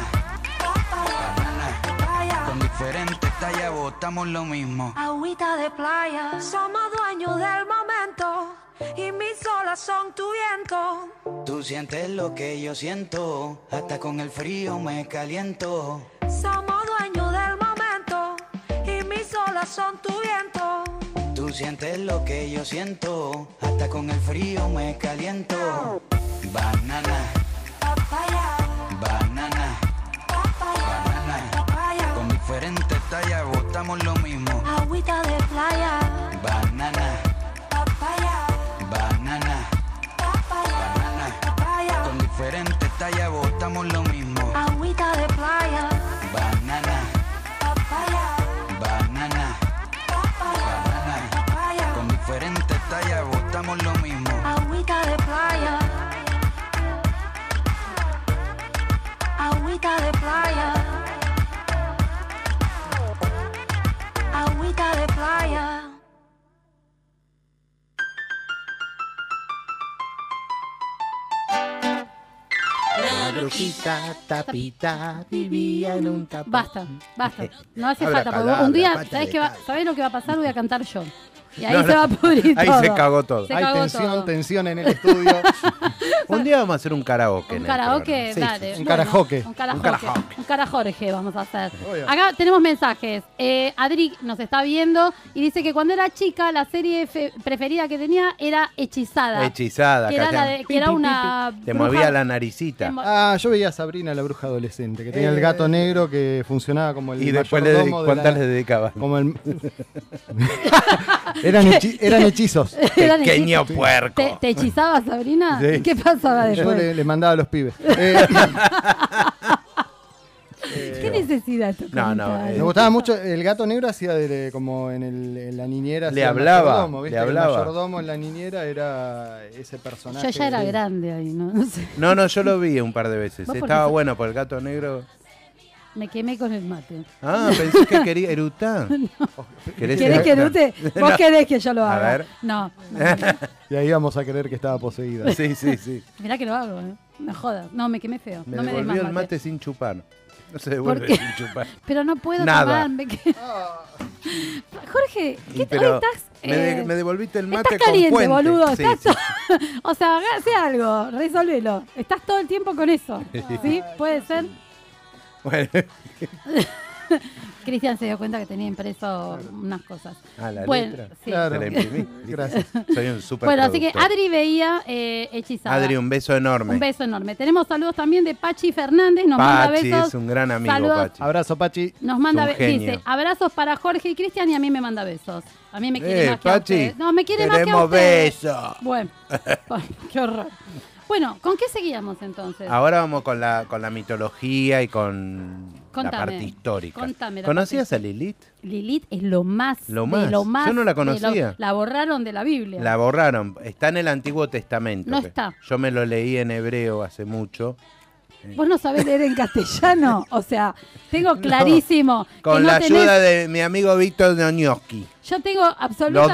S9: papaya,
S5: banana.
S9: papaya.
S5: Con diferentes tallas votamos lo mismo.
S9: Agüita de playa. Somos dueños del momento. Y mis olas son tu viento.
S5: Tú sientes lo que yo siento, hasta con el frío me caliento.
S9: Somos dueños del momento. Y mis olas son tu viento.
S5: Tú sientes lo que yo siento, hasta con el frío me caliento. Banana,
S9: Papaya,
S5: banana,
S9: papaya,
S5: banana.
S9: papaya,
S5: Con diferentes tallas votamos lo mismo.
S9: agüita de playa,
S5: Banana,
S9: papaya,
S5: banana,
S9: papaya,
S5: banana.
S9: papaya,
S5: Con diferentes tallas votamos lo mismo.
S9: agüita de playa,
S5: Banana,
S9: papaya,
S5: banana,
S9: papaya,
S5: banana.
S9: papaya,
S5: Con diferentes tallas votamos lo mismo.
S9: agüita de playa, agüita de playa, agüita de playa.
S8: La brujita tapita vivía en un tapón.
S3: Basta, basta. No hace
S2: Eh, Habla
S3: falta. porque
S2: palabra,
S3: un día,
S2: pata
S3: ¿sabés,
S2: de
S3: qué va-
S2: cabra.
S3: ¿sabés lo que va a pasar? Voy a cantar yo.
S2: (laughs)
S3: Y ahí
S2: No,
S3: se
S2: no.
S3: va a pudrir
S2: Ahí
S3: todo.
S2: se cagó todo.
S3: Se
S4: Hay
S3: cagó
S4: tensión,
S3: todo.
S4: tensión en el
S3: (laughs)
S4: estudio.
S2: Un día vamos a hacer un karaoke. en
S3: Un
S2: el
S3: karaoke,
S2: programa. Sí,
S3: dale.
S4: un carajoque.
S3: Un carajoque.
S2: Un carajoque.
S3: Un carajorje vamos a hacer.
S4: Obvio.
S3: Acá tenemos mensajes. Eh, Adri nos está viendo y dice que cuando era chica la serie fe- preferida que tenía era Hechizada.
S2: Hechizada.
S3: Que era,
S2: Catea.
S3: la de- que era una...
S2: Te
S3: bruja-
S2: movía
S3: (laughs)
S2: la naricita.
S3: Te mo-
S4: Ah, yo veía a Sabrina, la bruja adolescente, que tenía el
S3: Eh.
S4: gato negro que funcionaba como el
S2: Y después le de-
S4: mayordomo de la-
S2: cuántas le dedicabas.
S4: como el- (laughs) eran,
S3: (laughs)
S4: hechi- eran hechizos.
S3: eran hechiz-
S2: Pequeño puerco.
S3: ¿Te, te hechizaba
S2: (laughs)
S3: Sabrina?
S4: Sí.
S3: ¿Qué pasaba
S4: Yo
S3: después?
S4: le, le mandaba a los pibes. Eh,
S3: ¿Qué necesidad? esto
S2: No, no,
S3: comentar?
S2: eh,
S4: me gustaba mucho. El gato negro hacía de- como en, el- en la niñera.
S2: Le
S4: hacía el
S2: hablaba,
S4: mayordomo, ¿viste?
S2: le hablaba.
S4: El mayordomo en la niñera era ese personaje.
S3: Yo ya era
S4: Sí.
S3: grande ahí, ¿no? No sé.
S2: No, no, yo lo vi un par de veces.
S3: Vos porque
S2: Estaba
S3: sos-
S2: bueno por el gato negro.
S3: Me quemé con el mate.
S2: Ah, pensé que quería
S3: (laughs)
S2: erutar. ¿Querés
S3: ¿Querés que
S2: (laughs)
S3: no te- ¿Vos querés que yo lo
S2: A
S3: haga?
S2: ver.
S3: No, no, no, no.
S4: Y ahí íbamos a creer que estaba
S2: (laughs)
S4: poseída.
S2: Sí, sí, sí.
S3: Mirá que lo hago, ¿eh? No jodas. No, me quemé feo.
S2: Me
S3: no me des
S2: devolvió
S3: más
S2: el
S3: mate.
S2: mate sin chupar. No se devuelve
S3: qué?
S2: sin chupar.
S3: Pero no puedo
S2: Nada.
S3: tomar, me que- (laughs) Jorge,
S2: Y
S3: ¿qué
S2: pero
S3: hoy estás?
S2: me, de-
S3: eh,
S2: me devolviste el mate
S3: estás caliente,
S2: con fuente.
S3: boludo.
S2: Sí,
S3: estás
S2: sí.
S3: to- (laughs) o sea, haga- hace algo, resolvelo.
S2: (laughs)
S3: Estás todo el tiempo con eso. ¿Sí? ¿Puede ser?
S2: Bueno,
S3: Cristian se dio cuenta que tenía impreso unas cosas.
S2: Ah, la
S3: Bueno,
S2: letra.
S3: sí.
S4: Claro.
S2: Te la imprimí.
S4: Gracias.
S2: Soy un super
S3: Bueno, así que
S2: productor.
S3: Adri veía eh, hechizada.
S2: Adri, un beso enorme.
S3: Un beso enorme. Tenemos saludos también de Pachi Fernández. Nos manda
S2: Pachi
S3: besos.
S2: es un gran amigo,
S3: Saludos.
S2: Pachi.
S4: Abrazo, Pachi.
S3: Nos manda
S2: Es un
S3: be- dice,
S2: genio.
S3: abrazos para Jorge y Cristian y a mí me manda besos. A mí me quiere
S2: Eh,
S3: más que a
S2: Pachi,
S3: ustedes. No, me quiere más que a
S2: queremos
S3: ustedes.
S2: besos.
S3: Bueno, (laughs) bueno, qué horror. Bueno, ¿con qué seguíamos entonces?
S2: Ahora vamos con la, con la mitología y con la
S3: Contame,
S2: parte histórica.
S3: contame la
S2: ¿Conocías a Lilith?
S3: Lilith es lo más,
S2: Lo
S3: de
S2: más.
S3: lo más
S2: Yo no la
S3: de lo-
S2: conocía.
S3: la borraron de la Biblia.
S2: La borraron. Está en el Antiguo Testamento.
S3: No
S2: que
S3: está.
S2: Yo me lo leí en hebreo hace mucho.
S3: Vos no sabés leer en
S2: (laughs)
S3: castellano, o sea, tengo clarísimo que
S2: Con
S3: no
S2: la
S3: tenés-
S2: ayuda de mi amigo Víctor Noñoski.
S3: Yo tengo absolutamente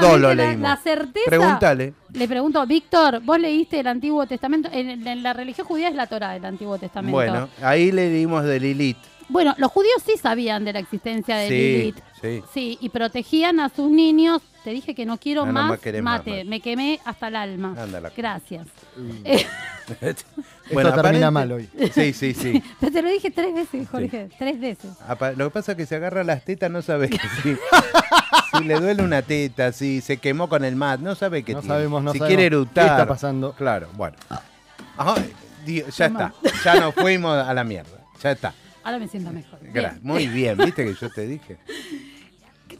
S2: Los dos lo
S3: la,
S2: leímos.
S3: la certeza.
S2: Pregúntale.
S3: Le pregunto, Víctor, vos leíste el Antiguo Testamento, en, en la religión judía es la Torah el Antiguo Testamento.
S2: Bueno, ahí le dimos de Lilith.
S3: Bueno, los judíos sí sabían de la existencia de
S2: sí,
S3: Lilith.
S2: sí.
S3: Sí, y protegían a sus niños. Te dije que no quiero
S2: No, no
S3: más
S2: me querés más,
S3: mate.
S2: mate.
S3: Me quemé hasta el alma.
S2: Anda la-
S3: Gracias. Eh,
S4: Esto termina mal hoy.
S2: Sí, sí,
S3: (laughs)
S2: sí.
S3: (laughs) Pero te lo dije tres veces, Jorge. Tres veces.
S2: Apa- Lo que pasa es que se agarra las tetas, no sabe
S4: (laughs)
S2: si, si le duele una teta, si se quemó con el mat, no sabe qué
S4: No
S2: tiene.
S4: sabemos, no
S2: si
S4: sabemos
S2: quiere
S4: qué
S2: eructar.
S4: está pasando. Ah.
S2: Claro, bueno. Ay, Dios, ya está, ya nos fuimos a la mierda. Ya está.
S3: Ahora me siento mejor. Bien.
S2: Gra- Muy bien, ¿viste que yo te dije?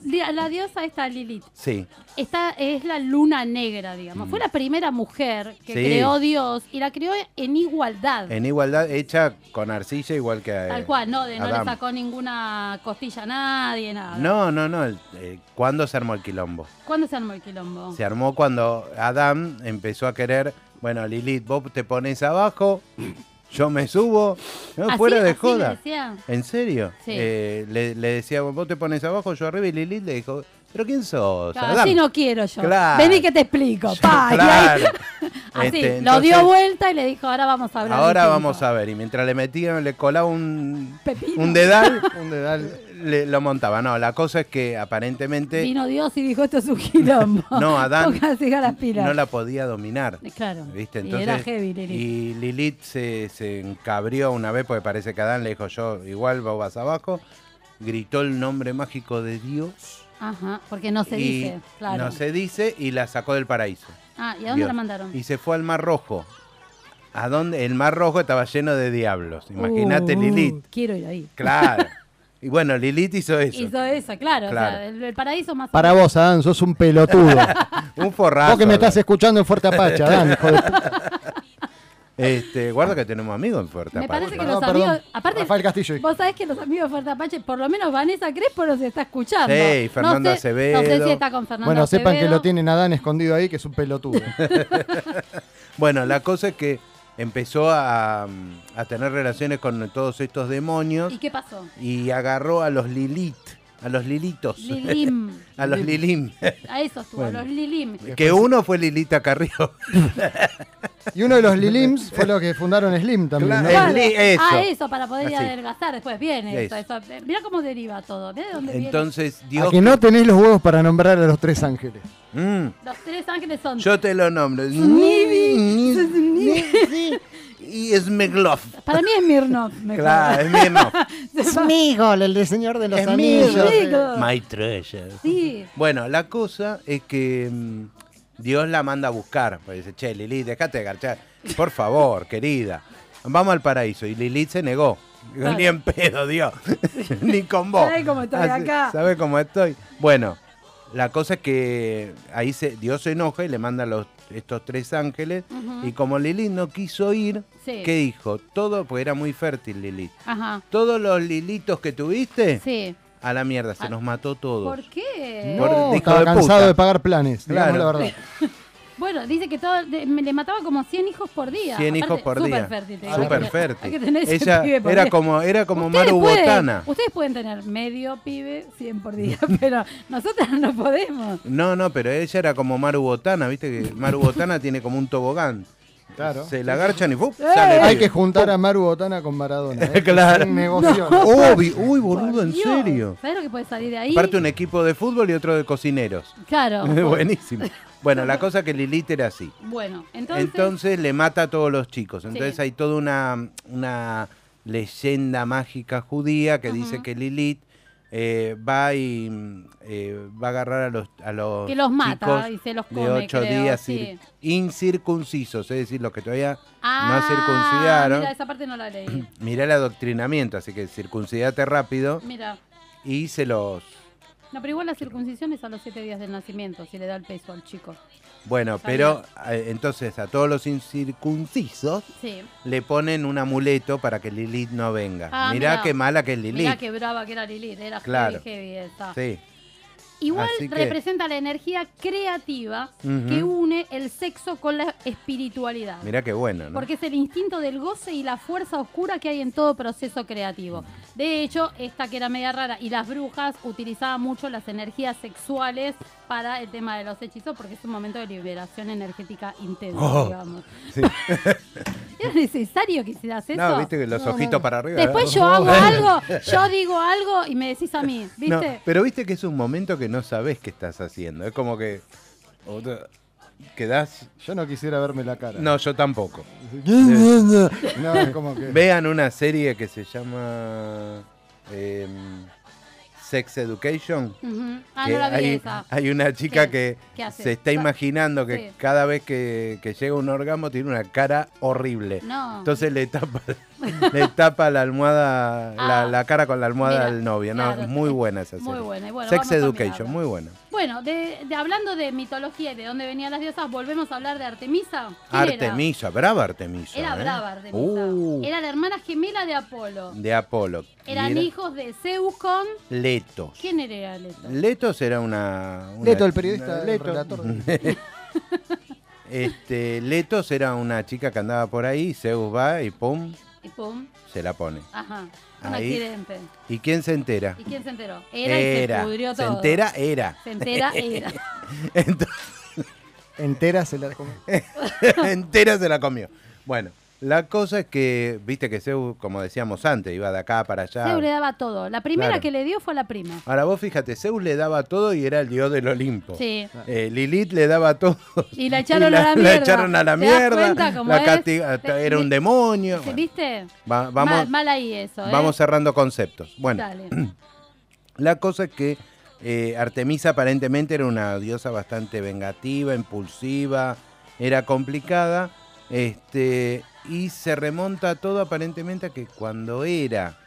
S3: La, la diosa esta Lilith.
S2: Sí,
S3: Esta es la luna negra, digamos. Fue la primera mujer que
S2: Mm. Sí.
S3: creó Dios y la creó en igualdad.
S2: en igualdad hecha con arcilla igual que a, eh,
S3: Tal cual, no, de no
S2: Adán.
S3: le sacó ninguna costilla a nadie, nada.
S2: No, no, no. el- eh, ¿Cuándo se armó el quilombo?
S3: ¿Cuándo se armó el quilombo?
S2: Se armó cuando Adam empezó a querer, bueno, Lilith, vos te pones abajo, yo me subo, no,
S3: ¿Así-
S2: fuera de
S3: así le
S2: joda.
S3: decía?
S2: ¿En serio?
S3: Sí.
S2: Eh, le, le decía, vos te pones abajo, yo arriba, y Lilith le dijo, ¿pero quién sos?
S3: Claro,
S2: Adam?". (laughs)
S3: así no quiero yo.
S2: Pues Claro.
S3: Vení que te explico. pa, y ahí-
S2: Claro.
S3: (laughs) así,
S2: Este,
S3: lo
S2: entonces,
S3: dio vuelta y le dijo, ahora vamos a hablar.
S2: Ahora
S3: distinto".
S2: vamos a ver. Y mientras le metían, le colaba un,
S3: Pepino.
S2: un
S3: (laughs)
S2: dedal,
S4: Un dedal.
S2: le- lo montaba. No, la cosa es que aparentemente
S3: Vino Dios y dijo, esto es un quilombo.
S2: (laughs) No, Adán
S3: Pónganse a las pilas.
S2: no la podía dominar.
S3: Claro.
S2: ¿Viste?
S3: Y
S2: Entonces,
S3: era heavy, Lilith.
S2: y Lilith se, se encabrió una vez porque parece que Adán le dijo yo, igual vos vas abajo. Gritó el nombre mágico de Dios.
S3: Ajá, porque no se
S2: y
S3: dice, claro.
S2: No se dice y la sacó del paraíso.
S3: Ah, ¿y a dónde
S2: Dios.
S3: la mandaron?
S2: Y se fue al Mar Rojo. ¿A dónde? El Mar Rojo estaba lleno de diablos. Imagínate
S3: Uh,
S2: Lilith.
S3: Quiero ir ahí.
S2: Claro. y bueno, Lilith hizo eso.
S3: Hizo eso, claro. o sea,
S2: Claro.
S3: el, el paraíso más
S4: Para vos, Adán, sos un
S2: (laughs)
S4: pelotudo.
S2: Un forrazo.
S4: Vos que me estás
S2: Adán.
S4: escuchando en Fuerte
S2: (laughs)
S4: Apache, Adán, hijo de puta.
S2: Este, guarda que tenemos amigos en Fuerte
S3: Me
S2: Apache.
S3: parece que
S4: Perdón,
S3: los
S4: perdón.
S3: amigos. Aparte,
S4: Rafael Castillo.
S3: Vos sabés que los amigos de Fuerte Apache, por lo menos Vanessa Crespo nos está escuchando.
S2: Sí, Fernando
S3: no sé, No sé
S2: Acevedo.
S3: si está con Fernando
S4: Bueno, sepan que
S3: Acevedo.
S4: lo tienen Adán escondido ahí, que es un pelotudo.
S2: Bueno, la cosa es que empezó a, a tener relaciones con todos estos demonios
S3: ¿Y qué pasó?
S2: y agarró a los Lilith, a los Lilitos,
S3: Lilim.
S2: a los Lilim. (laughs)
S3: A eso estuvo,
S2: Bueno.
S3: los Lilim.
S2: que uno fue (laughs) Lilita Carrió.
S4: Y uno de los
S2: (laughs)
S4: Lilims fue los que fundaron Slim también. ¿no?
S2: Claro. El li- eso.
S3: Ah, eso, para poder ir a
S2: Así.
S3: adelgazar después. Viene eso.
S2: Eso.
S3: eso. Eh, Mirá cómo deriva todo. Mirá de dónde viene.
S2: Entonces
S4: A
S2: Dios...
S4: que no tenés los huevos para nombrar a los tres
S3: (laughs)
S4: ángeles.
S2: Mm,
S3: Los tres ángeles son.
S2: yo te lo nombro. y es Meglof.
S3: Para mí es Mirnov. mejor.
S2: (laughs) Claro, es Mirno.
S4: Smigol, el del Señor de los
S2: Es
S4: Anillos.
S3: Digo,
S2: My treasure.
S3: Sí.
S2: Bueno, la cosa es que mm, Dios la manda a buscar. Pues dice, che, Lilith, dejate de garchar. Por favor, querida. Vamos al paraíso. Y Lilith se negó. Digo,
S3: Claro.
S2: Ni en pedo, Dios. (laughs) Ni con vos.
S3: Sabés cómo estoy
S2: Así,
S3: acá.
S2: sabés cómo estoy? Bueno, la cosa es que ahí se, Dios se enoja y le manda los, estos tres ángeles. Y como Lilith no quiso ir,
S3: Sí.
S2: ¿qué dijo? Todo, porque era muy fértil Lilith.
S3: Ajá.
S2: Todos los lilitos que tuviste,
S3: Sí. Ah,
S2: a la mierda, se nos mató todos.
S3: ¿Por qué?
S2: Por
S4: No,
S2: hijo
S4: estaba
S2: de puta.
S4: cansado de pagar planes, digamos
S2: Claro.
S4: la verdad. (laughs)
S3: Bueno, dice que todo, de- me- le mataba como 100 hijos por día.
S2: 100 hijos por
S3: súper
S2: día.
S3: Fértil, te digo.
S2: Súper
S3: Hay
S2: fértil.
S3: que tener ese
S2: Ella
S3: pibe por
S2: era
S3: día.
S2: como, era como
S3: Ustedes
S2: Maru
S3: pueden-
S2: Botana.
S3: Ustedes pueden tener medio pibe 100 por día, (laughs) pero nosotras no podemos.
S2: No, no, pero ella era como Maru Botana, viste que Maru Botana tiene como un tobogán.
S4: Claro.
S2: Se la garchan y
S3: Eh.
S2: ¡fup! sale.
S4: Hay que juntar a Maru Botana
S2: (laughs)
S4: con Maradona. ¿eh?
S2: Claro.
S4: Es un negocio.
S2: Obvio, uy, boludo, en
S3: Dios,
S2: serio.
S3: ¿Sabes lo que puede salir de ahí?
S2: Aparte un equipo de fútbol y otro de cocineros. (laughs)
S3: Claro.
S2: Buenísimo. Bueno, la cosa es que Lilith era así.
S3: Bueno, entonces.
S2: Entonces, le mata a todos los chicos. Entonces
S3: Sí.
S2: hay toda una, una leyenda mágica judía que dice que Lilith eh, va y mm, eh, va a agarrar a los, a los,
S3: Que los mata
S2: chicos
S3: y se los
S2: de
S3: come,
S2: ocho
S3: creo,
S2: días
S3: sí.
S2: cir- incircuncisos, es decir, los que todavía
S3: Ah,
S2: no circuncidaron.
S3: Mira, esa parte no la leí.
S2: Mirá el adoctrinamiento, así que circuncidate rápido
S3: Mira.
S2: y se los...
S3: No, pero igual la circuncisión es a los siete días del nacimiento, si le da el peso al chico.
S2: Bueno,
S3: Sabía.
S2: pero eh, entonces a todos los incircuncisos
S3: Sí.
S2: le ponen un amuleto para que Lilith no venga.
S3: Ah,
S2: mirá,
S3: mirá.
S2: qué mala que es Lilith.
S3: Mirá que brava que era Lilith, era
S2: Claro.
S3: heavy, heavy esa.
S2: Sí.
S3: Igual
S2: Así que-
S3: representa la energía creativa
S2: Ujú.
S3: que une el sexo con la espiritualidad.
S2: Mirá qué bueno, ¿no?
S3: Porque es el instinto del goce y la fuerza oscura que hay en todo proceso creativo. De hecho, esta que era media rara y las brujas utilizaban mucho las energías sexuales para el tema de los hechizos porque es un momento de liberación energética intensa,
S2: Oh.
S3: digamos. (laughs)
S2: Sí.
S3: ¿Era necesario que hicieras eso?
S2: No, viste que los ojitos para arriba.
S3: Después yo hago algo,
S2: (laughs)
S3: yo digo algo y me decís a mí,
S2: No,
S3: ¿viste?
S2: pero viste que es un momento que no sabes qué estás haciendo. Es como que otra- quedás.
S4: Yo no quisiera verme la cara.
S2: No, yo tampoco.
S4: (laughs) No, es como que.
S2: Vean una serie que se llama eh, Sex Education.
S3: Ujú. Ah,
S2: que
S3: no la vi
S2: hay,
S3: esa.
S2: hay una chica
S3: ¿Qué?
S2: que
S3: ¿Qué hace?
S2: se está imaginando que
S3: Sí.
S2: cada vez que, que llega un orgasmo tiene una cara horrible.
S3: No.
S2: Entonces le tapa, (laughs) le tapa la almohada, la,
S3: Ah.
S2: la cara con la almohada
S3: Mira,
S2: al novio. No,
S3: claro,
S2: muy buena esa serie.
S3: muy buena, y bueno,
S2: Sex
S3: vamos a
S2: Education,
S3: mirarla.
S2: muy buena.
S3: Bueno, de, de- hablando de mitología y de dónde venían las diosas, volvemos a hablar de Artemisa. ¿Quién era?
S2: Artemisa, brava Artemisa.
S3: Era
S2: ¿eh?
S3: brava Artemisa.
S2: Uh,
S3: Era la hermana gemela de Apolo.
S2: de Apolo.
S3: Eran
S2: Mira,
S3: hijos de Zeus con...
S2: Letos.
S3: ¿Quién era Leto?
S2: Letos era una. una-
S4: Leto, el periodista, el
S2: Leto.
S4: relator.
S2: este, Letos era una chica que andaba por ahí, Zeus va y pum,
S3: Y pum,
S2: se la pone.
S3: ajá, un
S2: Ahí.
S3: accidente.
S2: ¿Y quién se entera?
S3: ¿Y quién se enteró? Era, y se pudrió todo.
S2: entera, era. (laughs)
S3: Se entera, era.
S4: Entera se la. como-
S2: (laughs) entera se la comió. Bueno, la cosa es que, viste que Zeus, como decíamos antes, iba de acá para allá.
S3: Zeus le daba todo. La primera
S2: Claro.
S3: que le dio fue a la prima.
S2: Ahora vos fíjate, Zeus le daba todo y era el dios del Olimpo.
S3: Sí.
S2: Eh, Lilith le daba todo.
S3: Y la
S2: (laughs)
S3: echaron
S2: Y
S3: a la mierda.
S2: echaron a la
S3: ¿Te das
S2: mierda.
S3: cuenta cómo
S2: la
S3: es?
S2: castiga-
S3: Te-
S2: era un
S3: te-
S2: demonio.
S3: ¿Sí,
S2: Bueno,
S3: ¿Viste?
S2: va- vamos,
S3: mal, mal ahí eso, ¿eh?
S2: vamos cerrando conceptos. Bueno,
S3: Dale.
S2: la cosa es que eh, Artemisa aparentemente era una diosa bastante vengativa, impulsiva, era complicada. Este, y se remonta todo aparentemente a que cuando era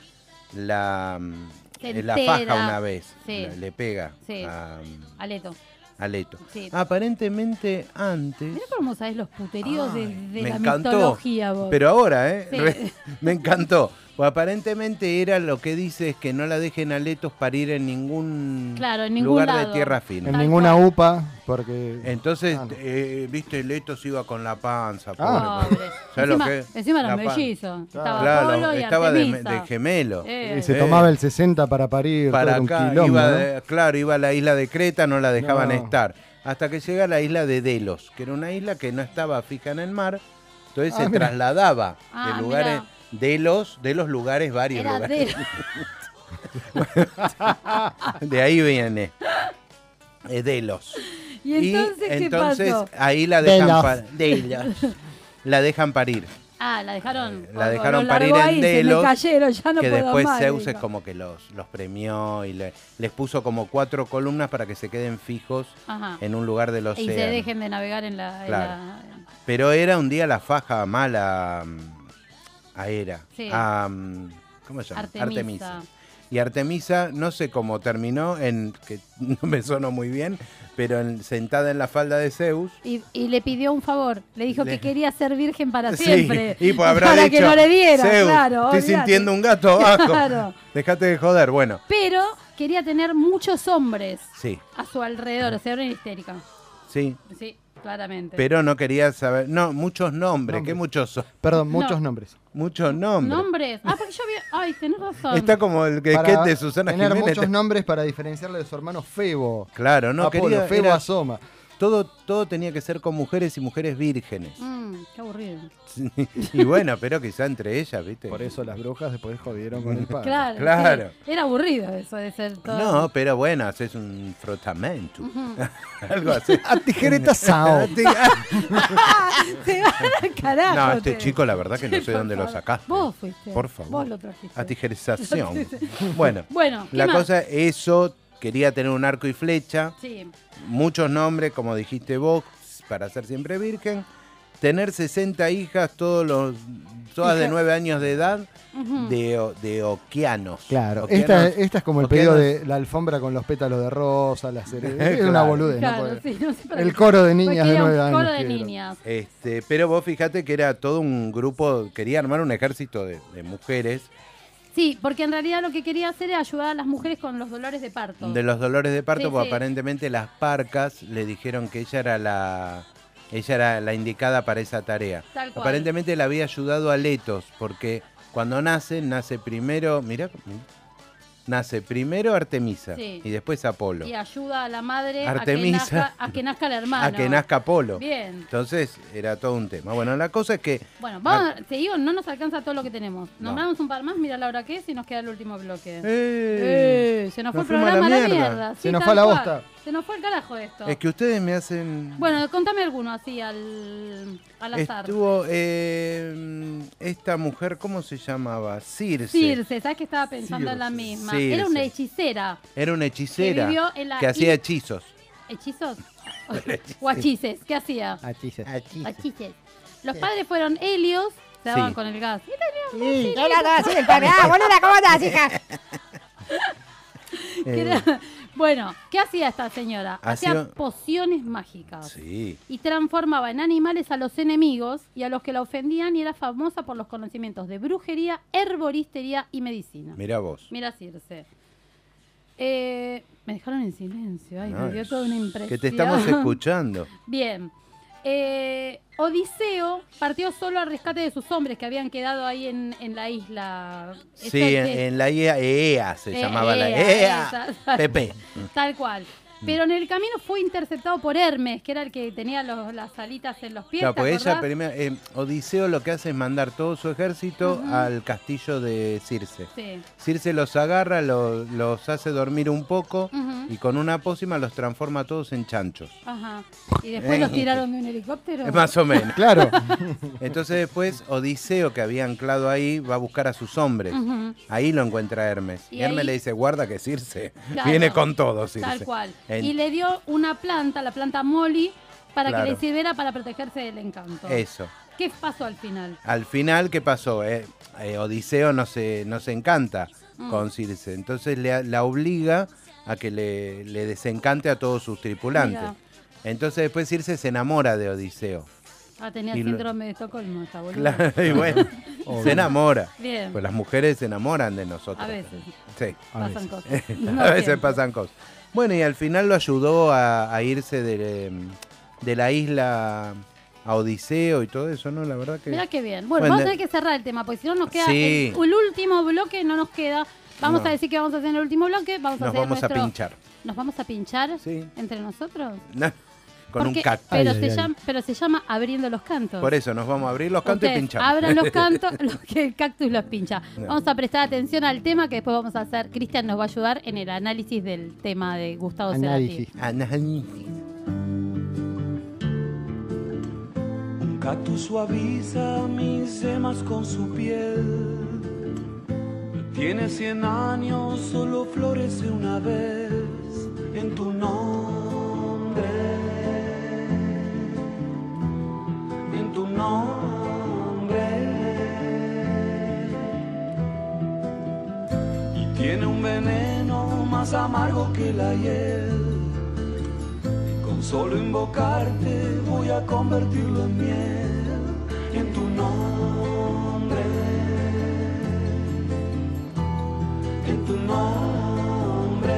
S2: la, mm,
S3: Se
S2: eh, la
S3: entera.
S2: paja una vez,
S3: Sí.
S2: la- le pega
S3: Sí.
S2: a,
S3: Aleto.
S2: a Leto.
S3: Sí.
S2: Aparentemente antes.
S3: Mirá cómo sabés los puteríos de, de
S2: me
S3: la
S2: encantó.
S3: mitología, vos.
S2: Pero ahora, ¿eh?
S3: Sí.
S2: Re- (laughs) me encantó. Pues aparentemente era lo que dice es que no la dejen a Letos parir en ningún,
S3: Claro, en ningún
S2: lugar
S3: lado.
S2: de tierra fina.
S4: En ninguna UPA, porque.
S2: Entonces,
S4: Ah, no.
S2: eh, viste, Letos iba con la panza.
S4: Ah.
S2: pobre. (laughs)
S3: Pobre.
S2: ¿Sabes lo
S3: Encima,
S2: que-
S3: encima
S2: la
S3: eran
S2: pan-
S3: mellizos. Estaba
S2: Claro,
S3: Apolo y
S2: estaba de,
S3: Artemisa.
S2: de gemelo.
S3: Eh.
S4: Y se
S2: Eh,
S4: tomaba el 60 para parir. todo
S2: para
S4: era un
S2: acá,
S4: quilombo,
S2: iba
S4: ¿no?
S2: de- claro, iba a la isla de Creta, no la dejaban
S4: No.
S2: estar. Hasta que llega a la isla de Delos, que era una isla que no estaba fija en el mar, entonces
S4: Ah,
S2: se
S4: mira.
S2: trasladaba
S3: Ah,
S2: de lugares,
S3: mira.
S2: de los, de los lugares, varios
S3: Era
S2: lugares. (laughs)
S3: de...
S2: De ahí viene. Eh, Delos.
S3: (laughs) ¿Y entonces qué
S2: entonces
S3: pasó?
S2: ahí la dejan
S4: Delos.
S2: pa-
S3: (laughs)
S2: Delos. La dejan parir.
S3: Ah, la dejaron.
S2: eh, La
S3: lo-
S2: dejaron
S3: lo
S2: parir
S3: largó
S2: en
S3: ahí, se me
S2: Delos,
S3: cayeron, ya Ah, no
S2: que
S3: puedo
S2: después
S3: más,
S2: Zeus es
S3: dijo.
S2: como que los, los premió y le- les puso como cuatro columnas para que se queden fijos
S3: Ajá.
S2: en un lugar del océano.
S3: Y se dejen de navegar en la... en
S2: Claro.
S3: la-
S2: Pero era un día la faja mala mm, a Hera.
S3: Sí.
S2: a, mm, ¿Cómo se llama?
S3: Artemisa.
S2: Y Artemisa, no sé cómo terminó, en que (laughs) no me sonó muy bien, pero en- sentada en la falda de Zeus.
S3: Y, y le pidió un favor, le dijo
S2: Le-
S3: que quería ser virgen para
S2: Sí,
S3: siempre.
S2: (laughs) y pues habrá
S3: (laughs) para que
S2: dicho,
S3: no le diera,
S2: "Zeus,
S3: claro.
S2: Estoy
S3: olvídate".
S2: sintiendo un
S3: (laughs)
S2: gato abajo.
S3: Claro.
S2: Dejate de joder. Bueno,
S3: Pero quería tener muchos hombres
S2: sí,
S3: a su alrededor, o sea, era una histérica.
S2: sí.
S3: Sí, claramente.
S2: Pero no quería saber. No, muchos nombres.
S4: Nombres.
S2: ¿Qué muchos son?
S4: Perdón,
S3: No.
S4: muchos nombres.
S2: Muchos nombres.
S3: Nombres. Ah, porque yo vi. Ay, tenés razón.
S2: Está como el que
S4: Para
S2: de Susana
S4: tener
S2: Jiménez.
S4: muchos nombres para diferenciarle de su hermano Febo.
S2: Claro, no
S4: Apolo,
S2: quería.
S4: Febo
S2: era-
S4: asoma.
S2: todo, todo tenía que ser con mujeres y mujeres vírgenes.
S3: Mm, qué aburrido. Mm.
S2: (laughs) y bueno, pero quizá entre ellas, ¿viste?
S4: Por eso las brujas después jodieron con el padre.
S3: Claro.
S2: Claro.
S3: sí. Era aburrido eso de ser todo.
S2: No, pero bueno, haces un frotamento.
S3: Ujú.
S2: (laughs) Algo así.
S4: A tijereta (laughs) sao.
S3: (laughs) (laughs) Se van
S2: (laughs)
S3: al carajo.
S2: No, este
S3: ustedes.
S2: chico, la verdad que no
S3: Sí,
S2: sé
S3: por
S2: dónde lo
S3: favor.
S2: sacaste.
S3: Vos fuiste.
S2: Por favor.
S3: Vos lo trajiste.
S2: A
S3: (laughs)
S2: tijerización. Bueno,
S3: Bueno, ¿qué
S2: la
S3: más?
S2: cosa, eso, quería tener un arco y flecha,
S3: Sí.
S2: muchos nombres, como dijiste vos, para ser siempre virgen, tener 60 hijas, todos los, todas de
S3: Hija.
S2: 9 años de edad,
S3: Ujú.
S2: de, o- de oqueanos.
S4: Claro,
S2: Oqueanos-
S4: esta, esta es como el pedido de la alfombra con los pétalos de rosa, la ceremonia. Es una
S2: Claro.
S4: boludez, ¿no?
S3: Claro,
S4: Porque-
S3: sí, no sé para
S4: El
S3: qué.
S4: coro de
S3: Porque
S4: niñas de
S3: era un
S4: nueve años.
S3: Coro de
S4: que era.
S3: niñas.
S2: Este, pero vos fijate que era todo un grupo, quería armar un ejército de, de mujeres,
S3: Sí, porque en realidad lo que quería hacer era ayudar a las mujeres con los dolores de parto.
S2: de los dolores de parto,
S3: Sí,
S2: porque
S3: sí.
S2: aparentemente las parcas le dijeron que ella era la ella era la indicada para esa tarea.
S3: Tal cual.
S2: Aparentemente le había ayudado a Letos, porque cuando nace, nace primero, mirá, mirá, nace primero Artemisa
S3: Sí.
S2: y después Apolo. Ah,
S3: Y ayuda a la madre
S2: Artemisa.
S3: A, que nazca, a que nazca el hermano.
S2: A que nazca Apolo.
S3: Bien.
S2: Entonces era todo un tema. Bueno, la cosa es que
S3: Bueno, vamos, te digo, no nos alcanza todo lo que tenemos.
S2: No.
S3: Nombramos un par más, mira la hora que es y nos queda el último bloque.
S2: ¡eh!
S3: Eh, se nos fue
S2: nos
S3: el
S2: fuimos a la
S3: programa a la mierda.
S2: mierda.
S3: sí,
S4: Se nos
S3: tal
S4: fue a la
S3: cual.
S4: bosta.
S3: Se nos fue el carajo esto.
S2: es que ustedes me hacen
S3: Bueno, contame alguno así al, al azar.
S2: Estuvo eh, esta mujer, ¿cómo se llamaba? Circe.
S3: Circe, ¿sabes que estaba pensando en la
S2: Circe.
S3: misma? Era una
S2: Circe.
S3: hechicera.
S2: Era una hechicera
S3: Que vivió en la
S2: que hacía
S3: isla-
S2: hechizos. (laughs)
S3: ¿Hechizos? o hechices, ¿qué hacía? Hechices. Los padres fueron Helios, se daban
S2: Sí.
S3: con el gas.
S10: Sí, ¿Qué loco? Sí, el padre. Ah, boluda, ¿cómo estás, hija?
S3: Que era- (laughs) bueno, ¿qué hacía esta señora? Hacía
S2: Eh. Hacía-
S3: pociones mágicas.
S2: Sí.
S3: Y transformaba en animales a los enemigos y a los que la ofendían y era famosa por los conocimientos de brujería, herboristería y medicina.
S2: Mirá vos.
S3: Mira, Circe. Eh, me dejaron en silencio. Ay, me
S2: No,
S3: dio
S2: es-
S3: toda una impresión.
S2: Que te estamos escuchando.
S3: (laughs) Bien. Eh, Odiseo partió solo al rescate de sus hombres que habían quedado ahí en, en la isla. Este, Esta
S2: Sí, en,
S3: que-
S2: en la E EA, EA se
S3: Eh,
S2: llamaba la
S3: EA,
S2: EA.
S3: esa.
S2: Pepe.
S3: Tal cual.
S2: Mm.
S3: Pero en el camino fue interceptado por Hermes, que era el que tenía los- las alitas en los pies.
S2: Claro,
S3: ¿te
S2: porque pues ella
S3: acordás?
S2: primero, eh, Odiseo lo que hace es mandar todo su ejército al castillo de Circe.
S3: Sí.
S2: Circe los agarra, lo- los hace dormir un poco
S3: Ujú.
S2: y con una pócima los transforma a todos en chanchos.
S3: Ajá. Y después los tiraron de un helicóptero.
S2: Eh, Es más o menos.
S4: Claro.
S2: Entonces después Odiseo, que había anclado ahí, va a buscar a sus hombres.
S3: Ujú.
S2: Ahí lo encuentra Hermes.
S3: Y
S2: Y, Hermes
S3: ahí-
S2: le dice, guarda que Circe
S3: Claro.
S2: viene con todo, Circe.
S3: Tal cual.
S2: En-
S3: Y le dio una planta, la planta Molly, para que
S2: Claro.
S3: le sirviera para protegerse del encanto.
S2: Eso.
S3: ¿Qué pasó al final?
S2: Al final, ¿qué pasó? Eh, eh, Odiseo no se, no se encanta
S3: Mm.
S2: con Circe. Entonces le- la obliga a que le, le desencante a todos sus tripulantes.
S3: Mira.
S2: Entonces después Circe se enamora de Odiseo.
S3: Ah, tenía
S2: Y lo-
S3: síndrome de Estocolmo esta boluda.
S2: Claro, y bueno, se enamora.
S3: Bien.
S2: Pues las mujeres se enamoran de nosotros.
S3: A veces.
S2: Sí. (laughs)
S3: Pasan cosas. No
S2: a veces
S3: siempre.
S2: pasan cosas. Bueno, y al final lo ayudó a, a irse de, de la isla a Odiseo y todo eso, ¿no? La verdad que...
S3: Mirá qué bien. Bueno,
S2: Bueno,
S3: vamos a
S2: de-
S3: tener que cerrar el tema, porque si no nos queda
S2: Sí.
S3: el, el último bloque, no nos queda. Vamos
S2: No.
S3: a decir que vamos a hacer en el último bloque, vamos a
S2: Nos
S3: hacer
S2: vamos a
S3: nuestro-
S2: pinchar.
S3: ¿Nos vamos a pinchar
S2: Sí.
S3: entre nosotros?
S2: Na- Con
S3: Porque-
S2: un cactus.
S3: Pero,
S4: Ay,
S3: se
S4: ay, ay.
S3: Llama, pero se llama abriendo los cantos.
S2: Por eso nos vamos a abrir los cantos y
S3: Ustedes
S2: pinchamos.
S3: Abran los cantos, los que el cactus los pincha. Vamos a prestar atención al tema que después vamos a hacer. Cristian nos va a ayudar en el análisis del tema de Gustavo Cerati.
S4: Análisis.
S2: (laughs) Análisis.
S5: Un cactus suaviza mis semas con su piel. Tiene cien años, solo florece una vez en tu nombre. En tu nombre. Y tiene un veneno más amargo que la hiel. Con solo invocarte voy a convertirlo en miel en tu nombre. En tu nombre.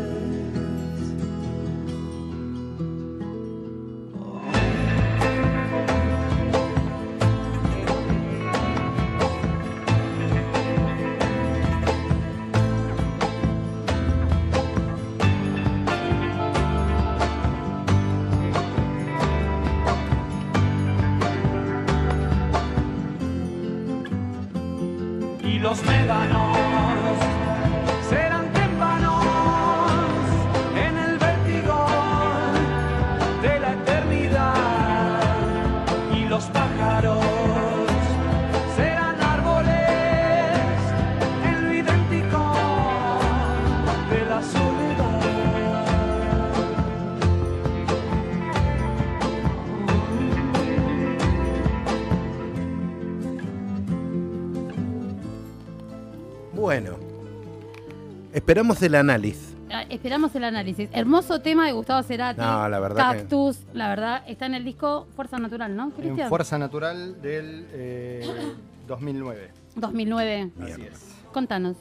S5: témpanos, serán témpanos en el vértigo de la eternidad y los pájaros serán árboles en lo idéntico de la soledad.
S2: Bueno, esperamos el análisis.
S3: Ah, Esperamos el análisis. Hermoso tema de Gustavo Cerati.
S2: No, la verdad que-
S3: Cactus, la verdad, está en el disco Fuerza Natural, ¿no,
S4: En
S3: Cristian?
S4: Fuerza Natural del eh, 2009.
S3: 2009.
S4: Así es.
S3: Contanos.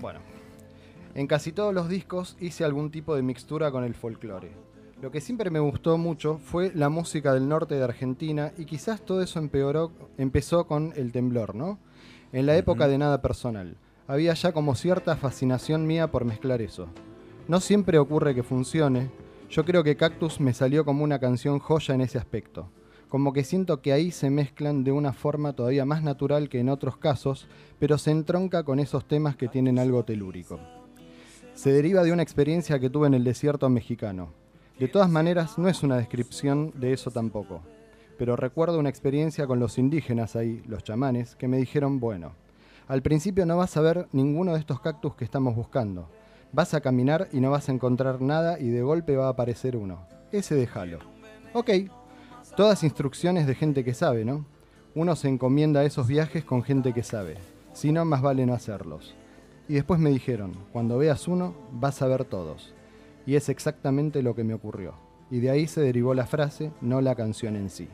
S4: Bueno, en casi todos los discos hice algún tipo de mixtura con el folclore. Lo que siempre me gustó mucho fue la música del norte de Argentina y quizás todo eso empeoró, empezó con el temblor, ¿no? En la época de nada personal. Había ya como cierta fascinación mía por mezclar eso. No siempre ocurre que funcione. Yo creo que Cactus me salió como una canción joya en ese aspecto. Como que siento que ahí se mezclan de una forma todavía más natural que en otros casos, pero se entronca con esos temas que tienen algo telúrico. Se deriva de una experiencia que tuve en el desierto mexicano. De todas maneras, no es una descripción de eso tampoco. Pero recuerdo una experiencia con los indígenas ahí, los chamanes, que me dijeron, bueno, al principio no vas a ver ninguno de estos cactus que estamos buscando. Vas a caminar y no vas a encontrar nada y de golpe va a aparecer uno. Ese déjalo. Ok. Todas instrucciones de gente que sabe, ¿no? Uno se encomienda a esos viajes con gente que sabe. Si no, más vale no hacerlos. Y después me dijeron, cuando veas uno, vas a ver todos. Y es exactamente lo que me ocurrió. Y de ahí se derivó la frase, no la canción en sí.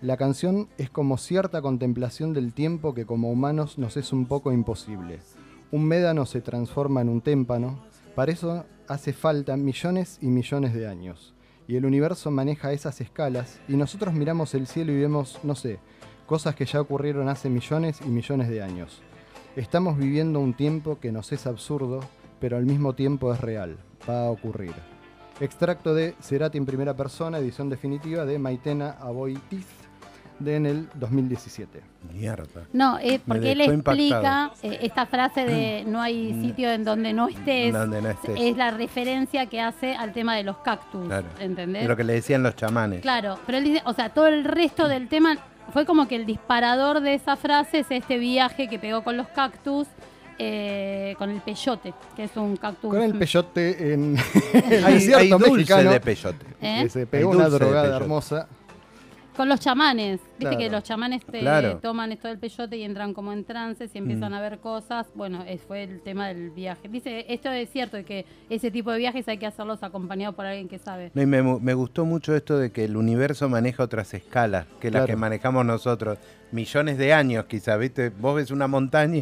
S4: La canción es como cierta contemplación del tiempo que como humanos nos es un poco imposible. Un médano se transforma en un témpano, para eso hace falta millones y millones de años. Y el universo maneja esas escalas y nosotros miramos el cielo y vemos, no sé, cosas que ya ocurrieron hace millones y millones de años. Estamos viviendo un tiempo que nos es absurdo, pero al mismo tiempo es real, va a ocurrir. Extracto de Cerati en primera persona, edición definitiva de Maitena Aboitiz, de en el 2017.
S2: Mierda.
S3: No, eh, porque él
S4: dejó
S3: explica
S4: impactado.
S3: eh, esta frase de no hay sitio en donde no estés.
S2: Donde Mm. no este estés.
S3: Es la referencia que hace al tema de los cactus.
S2: Claro.
S3: ¿Entendés?
S2: Lo que le decían los chamanes.
S3: Claro, pero él dice, o sea, todo el resto del tema fue como que el disparador de esa frase es este viaje que pegó con los cactus, eh, con el peyote, que es un cactus.
S4: Con el peyote en (laughs) el
S2: Hay-
S4: desierto
S2: hay dulce
S4: mexicano.
S2: de peyote.
S3: ¿Eh?
S4: que se
S2: Hay
S4: pegó una
S2: dulce de
S4: drogada
S2: peyote.
S4: hermosa.
S3: Con los chamanes. Viste
S4: Claro.
S3: que los chamanes te
S4: Claro.
S3: toman esto del peyote y entran como en trances y empiezan
S2: Mm.
S3: a ver cosas. Bueno, es- fue el tema del viaje. Dice, esto es cierto, y que ese tipo de viajes hay que hacerlos acompañados por alguien que sabe.
S2: No, y me, mu- me gustó mucho esto de que el universo maneja otras escalas que las
S4: Claro.
S2: que manejamos nosotros. Millones de años quizás, ¿viste? Vos ves una montaña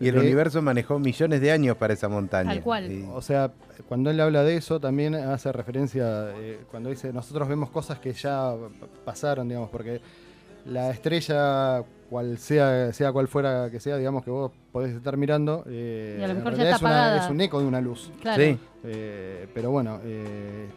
S2: y el
S4: Eh,
S2: universo manejó millones de años para esa montaña. Y-
S4: O sea, cuando él habla de eso, también hace referencia, eh, cuando dice, nosotros vemos cosas que ya pasaron, digamos, porque la estrella, cual sea, sea cual fuera que sea, digamos, que vos podés estar mirando, eh,
S3: Y a lo
S4: en
S3: mejor ya
S4: realidad
S3: está
S4: es, una-
S3: apagada.
S4: es un eco de una luz.
S3: Claro. Sí.
S4: Eh, pero bueno, eh,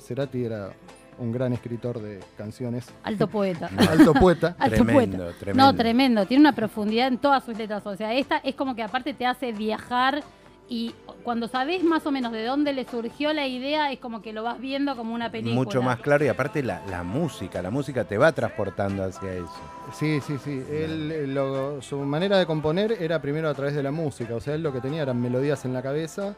S4: Cerati era un gran escritor de canciones.
S3: Alto poeta.
S4: Alto poeta.
S3: Alto Tremendo, poeta. Ah, No, tremendo. Tiene una profundidad en todas sus letras. O sea, esta es como que aparte te hace viajar y cuando sabes más o menos de dónde le surgió la idea, es como que lo vas viendo como una película.
S2: mucho más claro y aparte la, la música, la música te va transportando hacia eso.
S4: Sí, sí, sí. Él, eh, lo- su manera de componer era primero a través de la música. O sea, él lo que tenía eran melodías en la cabeza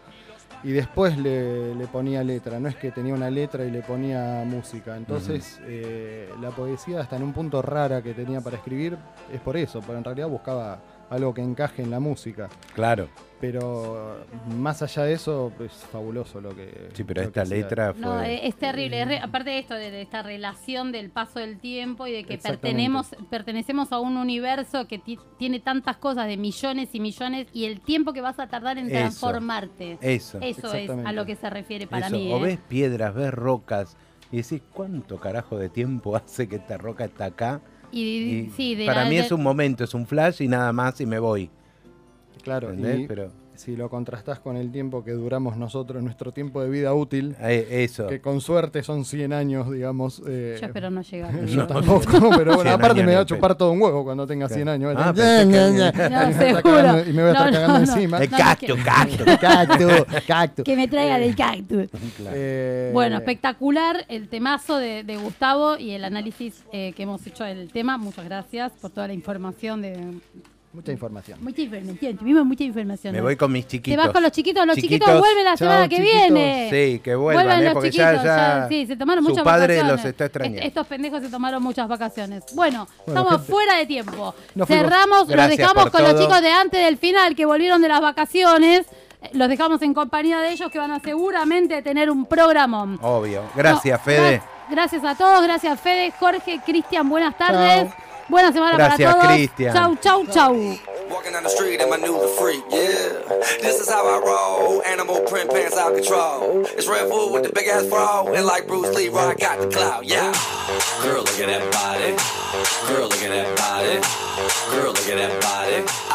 S4: y después le, le ponía letra. No es que tenía una letra y le ponía música. Entonces, eh, la poesía, hasta en un punto rara que tenía para escribir, es por eso. Pero en realidad buscaba algo que encaje en la música.
S2: Claro.
S4: Pero más allá de eso, es fabuloso lo que.
S2: Sí, pero
S4: lo
S2: esta
S4: que hacía.
S2: letra
S3: No, eh, es, es terrible. Es re- aparte de esto, de, de esta relación del paso del tiempo y de que
S4: Exactamente.
S3: pertenemos, pertenecemos a un universo que ti- tiene tantas cosas de millones y millones y el tiempo que vas a tardar en
S2: Eso.
S3: transformarte.
S2: Eso.
S3: es a lo que se refiere para
S2: Eso,
S3: mí.
S2: O
S3: ¿eh?
S2: ves piedras, ves rocas y decís, ¿cuánto carajo de tiempo (laughs) hace que esta roca está acá?
S3: Y, sí, de
S2: para
S3: la-
S2: mí
S3: de-
S2: es un momento, es un flash y nada más y me voy.
S4: Claro,
S2: ¿Entendés?
S4: y
S2: Pero
S4: si lo contrastás con el tiempo que duramos nosotros, nuestro tiempo de vida útil,
S2: Eh, eso.
S4: que con suerte son 100 años, digamos. eh,
S3: Yo espero
S2: (laughs)
S3: no llegar.
S4: (laughs) yo tampoco, pero bueno,
S2: 100
S4: aparte
S2: años
S4: me va
S2: ni
S4: a
S2: en
S4: chupar
S2: pedo.
S4: todo un huevo cuando tenga 100 años. ¿eh?
S2: Ah,
S4: Ya,
S2: pensé que
S4: ya,
S2: alguien-
S4: ya. Y me voy a estar
S3: (laughs) No, seguro.
S4: cagando- Y me voy a estar
S3: No, no,
S4: cagando
S3: no.
S4: encima.
S3: El (laughs) No, no cactus, quiero. cactus.
S4: cactus,
S3: (laughs)
S4: cactus.
S3: Que me traigan el cactus.
S4: Eh,
S3: Bueno, espectacular el temazo de, de Gustavo y el análisis eh, que hemos hecho del tema. Muchas gracias por toda la información. De...
S4: Mucha información.
S3: Mucha información, tuvimos mucha información.
S2: Me
S3: ¿no?
S2: voy con mis
S3: Te
S2: chiquitos.
S3: vas con los chiquitos, los chiquitos,
S2: Chiquitos,
S3: vuelven la
S2: chao,
S3: semana que
S2: chiquitos.
S3: viene.
S2: Sí, que vuelvan, eh,
S3: los
S2: porque ya-
S3: chiquitos.
S2: ya
S3: sí, se tomaron
S2: su
S3: muchas
S2: padre
S3: vacaciones.
S2: los está extrañando.
S3: Est- Estos pendejos se tomaron muchas vacaciones. Bueno,
S2: Bueno,
S3: estamos
S2: gente.
S3: fuera de tiempo.
S2: Nos fuimos.
S3: Cerramos, los
S2: Gracias
S3: dejamos
S2: por
S3: con los
S2: todo.
S3: chicos de antes del final que volvieron de las vacaciones. Eh, Los dejamos en compañía de ellos que van a seguramente tener un programón.
S2: Obvio. Gracias, Fede.
S3: Gracias a todos, gracias Fede, Jorge, Cristian, buenas tardes. Buena semana
S2: Gracias,
S3: para todos.
S2: Cristian.
S3: Chau, chau, chau.
S11: Walking down the street and I knew the freak, yeah. This is how I roll. Animal print pants out control. It's Red Bull with the big ass bra. And like Bruce Lee, I got the clout, yeah. Girl, look at that body. Girl, look at that body. Girl, look at that body. I,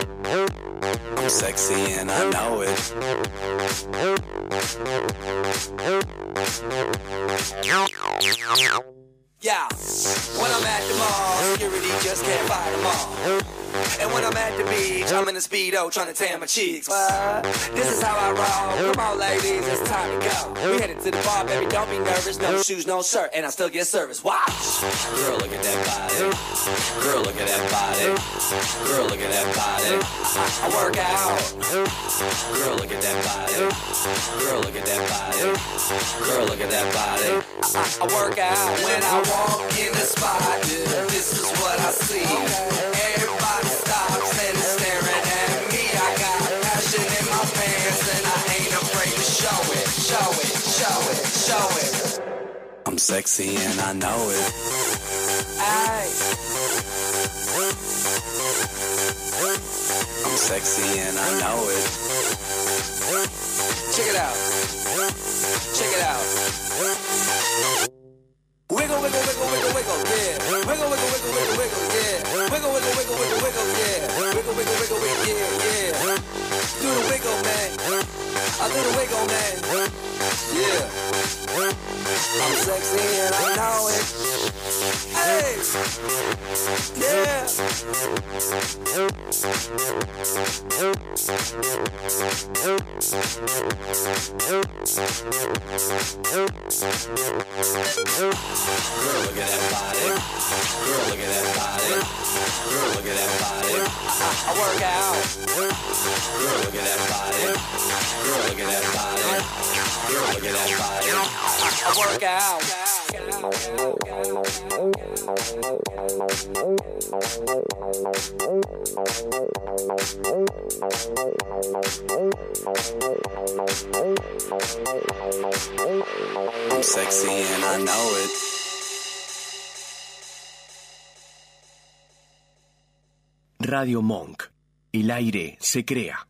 S11: I'm sexy and I know it. Yeah, when I'm at the mall, security just can't fight them all. And when I'm at the beach, I'm in a speedo trying to tan my cheeks. What? This is how I roll. Come on, ladies, it's time to go. We headed to the bar, baby, don't be nervous. No shoes, no shirt, and I still get service. Watch. Girl, look at that body. Girl, look at that body. Girl, look at that body. I, I work out. Girl, look at that body. Girl, look at that body. Girl, look at that body. I, I work out when I walk in the spot. yeah, This is what I see. Everybody stops and is staring at me. I got passion in my pants and I ain't afraid to show it. Show it. Show it. Show it. I'm sexy and I know it. I'm sexy and I know it. Check it out. Check it out. Wiggle, wiggle, wiggle, wiggle, wiggle, yeah. Wiggle, wiggle, wiggle, wiggle, wiggle, yeah. Wiggle, wiggle, wiggle, wiggle, wiggle, yeah. Wiggle, wiggle, wiggle, wiggle, yeah, yeah. Do the wiggle, man. I do the wiggle, man. Yeah. I'm sexy and I know it. Hey. Girl, look at that body. Girl, look at that body. Girl, look at that body. I, I work out. Girl, look at that body. Girl, look at that body. Girl, look at that body. I, I work out. I'm sexy and I know it.
S12: Radio Monk. El aire se crea.